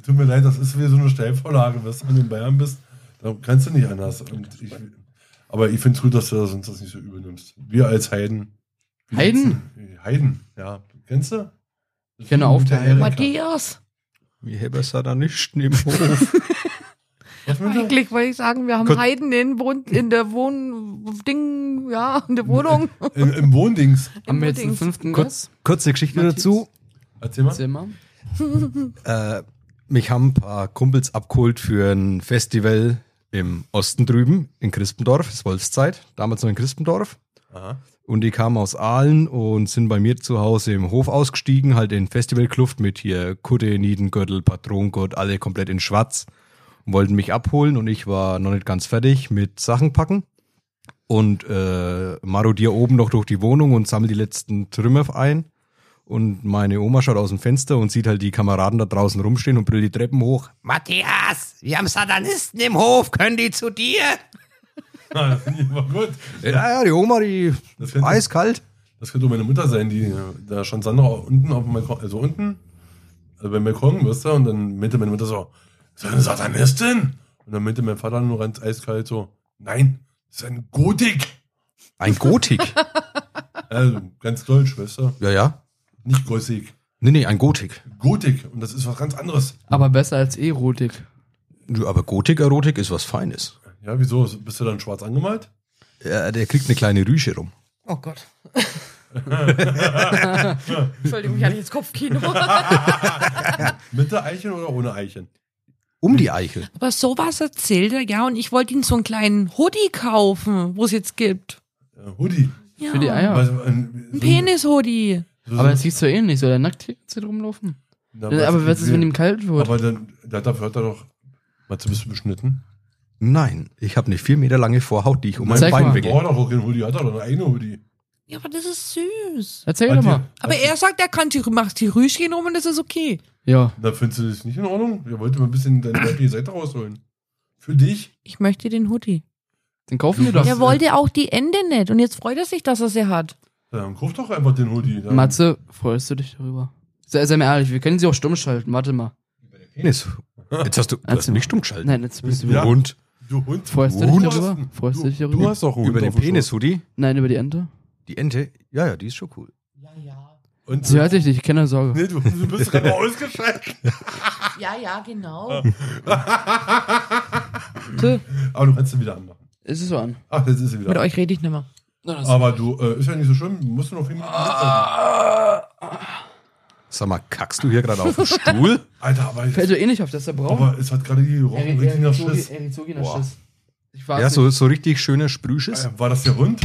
A: Tut mir leid, das ist wie so eine Stellvorlage, wenn du in Bayern bist, da kannst du nicht anders. Und ich, aber ich finde es gut, dass du das, uns das nicht so übel nimmst. Wir als Heiden.
B: Heiden?
A: Heiden, ja. Kennst du?
B: Ich kenne auch
A: Der
B: den
A: Erika.
C: Matthias!
D: Wie hättest du da nicht im Hof?
A: Was mit der?
C: Also Eigentlich wollte ich sagen, wir haben
D: Gut.
C: Heiden in, Wohn in der Wohn... Ding, ja, in der Wohnung.
A: Im, Im Wohndings.
B: Haben wir jetzt den
C: Dings.
B: fünften
D: Kurz, kurze Geschichte
B: Matthias.
D: dazu.
A: Erzähl mal.
B: Zimmer?
D: Äh, mich haben ein paar Kumpels abgeholt für ein Festival im Osten drüben, in Crispendorf, das ist Wolfszeit, damals noch in Crispendorf.
A: Aha.
D: Und die kamen aus Aalen und sind bei mir zu Hause im Hof ausgestiegen, halt in Festivalkluft mit hier Kutte, Niedengürtel, Patrongurt, alle komplett in Schwarz. Und wollten mich abholen und ich war noch nicht ganz fertig mit Sachen packen. Und äh, marodier oben noch durch die Wohnung und sammel die letzten Trümmer ein. Und meine Oma schaut aus dem Fenster und sieht halt die Kameraden da draußen rumstehen und brüllt die Treppen hoch. Matthias, wir haben Satanisten im Hof, können die zu dir?
A: Ah, das finde ich aber gut.
D: Ja, ja, die Oma, die
A: Das könnte-
D: eiskalt.
A: Das könnte meine Mutter sein, die äh, da schon Sandra unten auf dem Balkon, also unten, also beim Balkon, wirst du, und dann meinte meine Mutter so, ist das eine Satanistin? Und dann meinte mein Vater nur ganz eiskalt so, nein, das ist ein Gotik.
D: Ein Gotik.
A: Also ganz deutsch, weißt du?
D: ja, ja.
A: Nicht Gotik.
D: Nee, nee, ein Gotik.
A: Gotik, und das ist was ganz anderes.
B: Aber besser als Erotik.
D: Du, Aber Gotik-Erotik ist was Feines.
A: Ja, wieso? Bist du dann schwarz angemalt?
D: Ja, der kriegt eine kleine Rüsche rum.
C: Oh Gott. Entschuldigung, ich hatte jetzt Kopfkino.
A: Mit der Eichen oder ohne Eichen?
D: Um die Eichel.
C: Aber sowas erzählt er, ja, und ich wollte ihm so einen kleinen Hoodie kaufen, wo es jetzt gibt.
A: Äh, Hoodie.
C: Ja.
B: Für die Eier.
A: Also, ein, so
C: Ein Penis-Hoodie.
A: so-
B: Aber es siehst du ähnlich, soll der nackt hier jetzt rumlaufen?
A: Na,
B: Aber was ist, wenn ihm kalt wird?
A: Aber dann, da- dafür hat er doch. Matze, bist du beschnitten?
D: Nein, ich habe eine vier Meter lange Vorhaut, die ich um mein
B: Zeig
D: Bein
B: mal.
D: wickel.
A: Braucht doch auch keinen Hoodie, hat er doch eine eigene Hoodie.
C: Ja, aber das ist süß.
B: Erzähl
A: Hat
B: doch
A: die-
B: mal.
C: Aber er sagt, er kann die, macht die Rüschchen rum und das ist okay.
B: Ja.
A: Na, findest du das nicht in Ordnung? Wir wollten mal ein bisschen deine weibliche Seite rausholen. Für dich?
C: Ich möchte den Hoodie.
B: Dann kaufen wir doch.
A: Ja,
C: Er wollte auch die Ende nicht und jetzt freut er sich, dass er sie hat.
A: Dann kauf doch einfach den Hoodie. Dann
B: Matze, freust du dich darüber? Sei, sei mir ehrlich, wir können sie auch stumm schalten. Warte mal.
D: Penis. Jetzt hast du, du hast
B: Erzähl
D: mich
B: mal.
D: stumm geschalten.
B: Nein, jetzt bist du
A: Ja.
B: wieder.
D: Und
A: Du Hund.
B: Freust du
A: Hund.
B: dich darüber? Freust du dich darüber?
A: Du hast Oh, doch einen Hund
D: über den
A: auf dem
D: Penis, Hoodie.
B: Nein, über die Ente.
D: Die Ente, ja, ja, die ist schon cool.
A: Schoß. Und
B: Sie hört dich nicht, keine Sorge.
A: Nee, du, du bist gerade ausgeschaltet.
C: Ja, ja, genau.
A: Aber du kannst sie wieder anmachen.
B: Es ist so an.
A: Ach, jetzt ist sie
C: Mit
A: wieder. an.
C: euch rede ich nicht mehr.
A: Aber du, äh, ist ja nicht so schlimm. Musst du noch viel mit
B: Ah.
A: Alter,
D: Sag mal, kackst du hier gerade auf den Stuhl?
A: aber,
B: Fällt
A: jetzt,
B: dir eh nicht auf, dass der braun
A: aber es hat gerade die gerochen, richtig nach Schiss.
B: Schiss. Ich weiß
D: Ja, so,
B: nicht.
D: so richtig schöner Sprühschiss.
A: Äh, War das der Hund?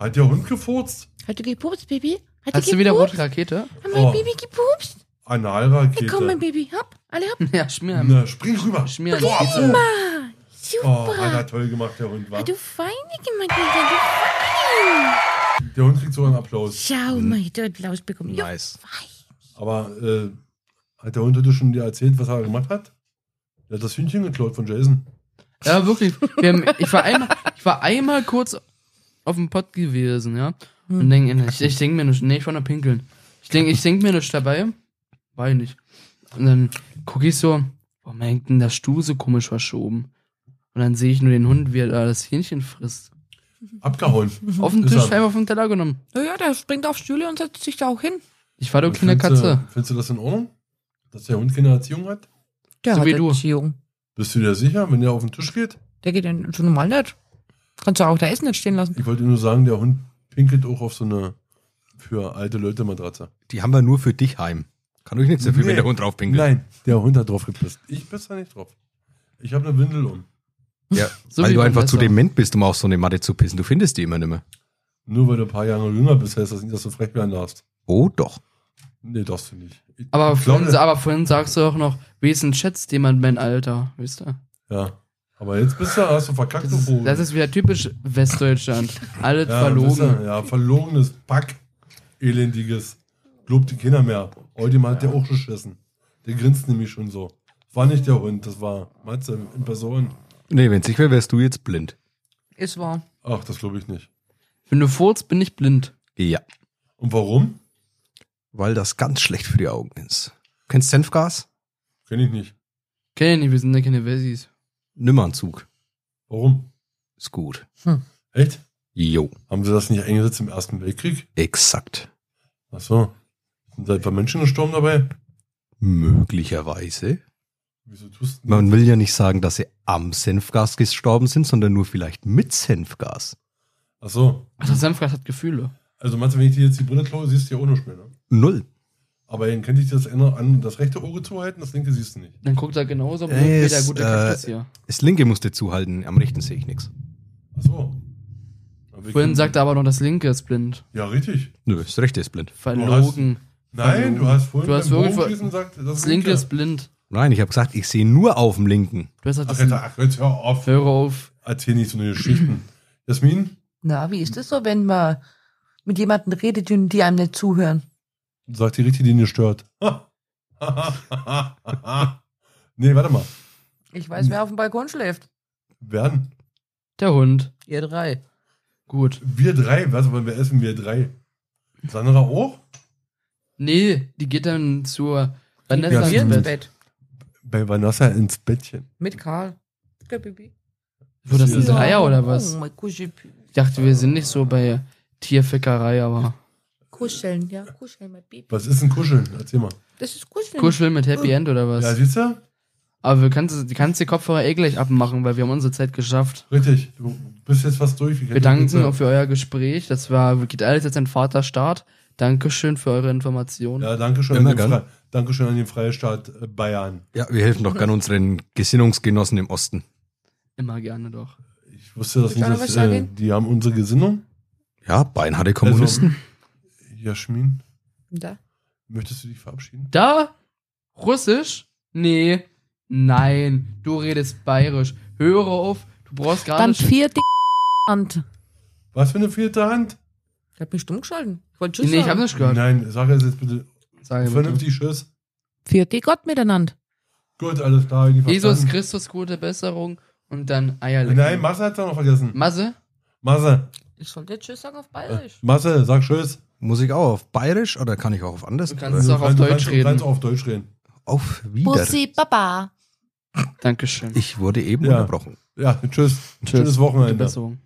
A: Hat der Hund gefurzt?
E: Hat du gepupst, Baby?
C: Hat
B: Hast
C: die
B: du wieder
C: gepupst?
B: rote Rakete?
C: Hat mein
A: Oh.
C: Baby gepupst? Hey, komm, mein
A: Analrakete.
C: Baby, hopp, alle hopp.
B: Ja, schmier.
A: Na, spring rüber.
B: Schmier.
C: Prima,
A: Oh,
C: super.
A: Alter, toll gemacht, der Hund. War.
C: du feine gemacht, Alter, du fein.
A: Der Hund kriegt sogar einen Applaus.
C: Schau mal, ich habe Applaus bekommen. Ja,
D: Nice.
A: Aber äh, hat der Hund heute schon dir erzählt, was er gemacht hat? Er hat das Hühnchen geklaut von Jason.
B: Ja, wirklich. Wir haben, ich, war einmal, ich war einmal kurz auf dem Pott gewesen, ja. Und denk, ich, ich denke mir nicht, nee, ich war noch pinkeln. Ich denke ich denk mir nicht dabei. War ich nicht. Und dann gucke ich so, warum hängt denn der Stuhl so komisch verschoben? Und dann sehe ich nur den Hund, wie er da das Hähnchen frisst.
A: Abgehauen.
B: Auf den
A: Mhm. Ist
B: Tisch,
A: er.
B: einfach vom Teller genommen.
C: ja, der springt auf Stühle und setzt sich da auch hin.
B: Ich war doch kleine
A: Findest du-
B: Katze.
A: Findest du das in Ordnung? Dass der Hund keine Erziehung hat?
C: Der
B: So
C: hat
B: wie du.
C: Erziehung.
A: Bist du dir sicher, wenn der auf den Tisch geht?
C: Der geht dann schon normal nicht. Kannst du auch da Essen nicht stehen lassen.
A: Ich wollte nur sagen, der Hund pinkelt auch auf so eine für alte Leute Matratze.
D: Die haben wir nur für dich heim. Kann euch nichts dafür,
A: Nee.
D: wenn der Hund drauf pinkelt.
A: Nein, der Hund hat drauf gepisst. Ich piss da nicht drauf. Ich habe eine Windel um.
D: Ja,
B: So
D: weil
B: wie
D: du einfach zu
B: Vanessa.
D: dement bist, um auf so eine Matte zu pissen. Du findest die immer nicht mehr.
A: Nur weil du ein paar Jahre jünger bist, heißt das nicht, dass du frech werden darfst.
D: Oh, doch.
A: Nee, darfst du nicht. Ich
B: Aber vorhin,
A: glaube-
B: aber vorhin sagst du auch noch, wesen schätzt jemand mein Alter, wisst ihr?
A: Ja. Aber jetzt bist du, hast du verkackt.
B: Das ist,
A: Vogel.
B: das ist wieder typisch Westdeutschland. Alles
A: Oh. ja, wisst
B: verlogen.
A: ihr, Ja, verlogenes Pack. Elendiges. Lobt die Kinder mehr. Heute hat der auch geschissen. Der grinst nämlich schon so. War nicht der Hund, das war Matze in Person.
D: Nee, wenn's nicht wäre, wärst du jetzt blind.
C: Ist wahr.
A: Ach, das glaube ich nicht.
B: Wenn du furzt, bin ich blind.
D: Ja.
A: Und warum?
D: Weil das ganz schlecht für die Augen ist. Kennst Senfgas?
A: Kenne ich nicht.
B: Kenn ich nicht, wir sind ja keine Wessis.
D: Nimm mal einen Zug.
A: Warum?
D: Ist gut.
A: Echt?
D: Jo,
A: Haben sie das nicht eingesetzt im Ersten Weltkrieg?
D: exakt.
A: Ach so. Sind da ein paar Menschen gestorben dabei?
D: Möglicherweise.
A: Wieso tust du
D: Man will ja nicht sagen, dass sie am Senfgas gestorben sind, sondern nur vielleicht mit Senfgas.
A: Ach so.
B: Ach, das Senfgas Also hat Gefühle.
A: Also Matze, wenn ich dir jetzt die Brille klaue, siehst du ja auch nicht mehr, ne?
D: Null.
A: Aber dann könnte ich dir das andere an das rechte Auge zuhalten, das linke siehst du nicht.
B: Dann guckt er genauso, aber
D: Ey,
B: hey, der
D: ist,
B: gute
D: äh,
B: Kaktus hier.
D: Das linke musste zuhalten, am rechten sehe ich nichts.
A: Ach so. Aber wir
B: Vorhin
A: können-
B: sagt er aber noch, das linke ist blind.
A: Ja, richtig.
D: Nö, das rechte ist blind.
B: Verlogen.
A: Nein,
B: Verlogen.
A: du hast vorhin
B: Du hast
A: beim
B: wirklich
A: Bogenschießen gesagt, Oh, das,
B: Das
A: ist
B: linke
A: linker.
B: ist blind.
D: Nein, ich habe gesagt, ich sehe nur auf dem linken.
B: Du hast
A: Ach,
B: gesagt,
A: jetzt,
B: das
A: ach, jetzt hör auf.
B: höre auf.
A: Erzähl nicht so eine Geschichten. Jasmin,
C: Na, wie ist es so, wenn man mit jemandem redet, und die einem nicht zuhören?
A: sag die richtige, die ihn stört. nee, warte mal.
C: Ich weiß, wer auf dem Balkon schläft.
A: Werden.
B: Der Hund.
C: Ihr drei.
B: Gut.
A: Wir drei, was wollen wir essen? Wir drei. Sandra auch?
B: Nee, die geht dann zur Vanessa
A: Ja,
B: ins
A: stimmt.
B: Bett.
C: Bett.
A: Bei Vanessa ins Bettchen.
C: Mit Karl. Gell, Bibi?
B: Wo das ein
A: Ja.
B: Dreier oder was?
C: Oh, mein Kuschelpü.
B: Ich dachte, wir sind nicht so bei Tierfickerei, aber
C: Kuscheln, ja, kuscheln mit Bibi.
A: Was ist ein Kuscheln? Erzähl mal.
C: Das ist kuscheln.
B: Kuscheln mit Happy End oder was?
A: Ja, siehst du?
B: Aber wir kannst, du kannst die Kopfhörer eh gleich abmachen, weil wir haben unsere Zeit geschafft.
A: Richtig. Du bist jetzt äh, fast durch.
B: Wir danken auch für euch Gespräch. Das war, geht alles jetzt in Vaterstaat. Dankeschön für eure Informationen.
A: Ja, danke schön,
D: Immer
A: an den
D: gern.
A: Fre- danke schön an den Freistaat äh, Bayern.
D: Ja, wir helfen doch gern unseren Gesinnungsgenossen im Osten.
B: Immer gerne doch.
A: Ich wusste das
C: Ich
A: nicht.
C: kann
A: Dass,
C: was
A: äh,
C: sagen.
A: die haben unsere Gesinnung.
D: Ja, beinharte Kommunisten.
A: Also, Jasmin,
C: Da.
A: möchtest du dich verabschieden?
B: Da? Russisch? Nee. Nein. Du redest bayerisch. Höre auf. Du brauchst gar
C: Dann
B: nicht.
C: vier die Hand.
A: Was für eine vierte Hand?
C: Ich hab mich stumm geschalten. Ich wollte Tschüss
B: Nee, ich hab
C: sagen.
B: nicht gehört.
A: Nein, sag es jetzt bitte
B: Sage bitte.
A: vernünftig Tschüss.
C: Vier die Gott miteinander.
A: Gut, alles klar. hab Ich
B: Jesus
A: verstanden.
B: Christus, gute Besserung. Und dann Eierlecken.
A: Nein, Masse hat's auch noch vergessen.
B: Masse?
A: Masse,
C: Ich sollte Tschüss sagen auf
A: äh,
C: Bayerisch.
A: Masse, sag Tschüss.
D: Muss ich auch auf Bayerisch oder kann ich auch auf anders?
B: Du kannst- Das ist auch
A: Du
B: auf
A: kannst- du
B: Deutsch
A: kannst-
B: reden.
A: Du kannst auch auf Deutsch reden.
D: Auf Wiedersehen.
E: Bussi, Baba.
B: Dankeschön.
D: Ich wurde eben
A: Ja.
D: unterbrochen.
A: Ja, tschüss.
B: Tschüss.
A: Schönes
B: Gute
A: Wochenende.
B: Besserung.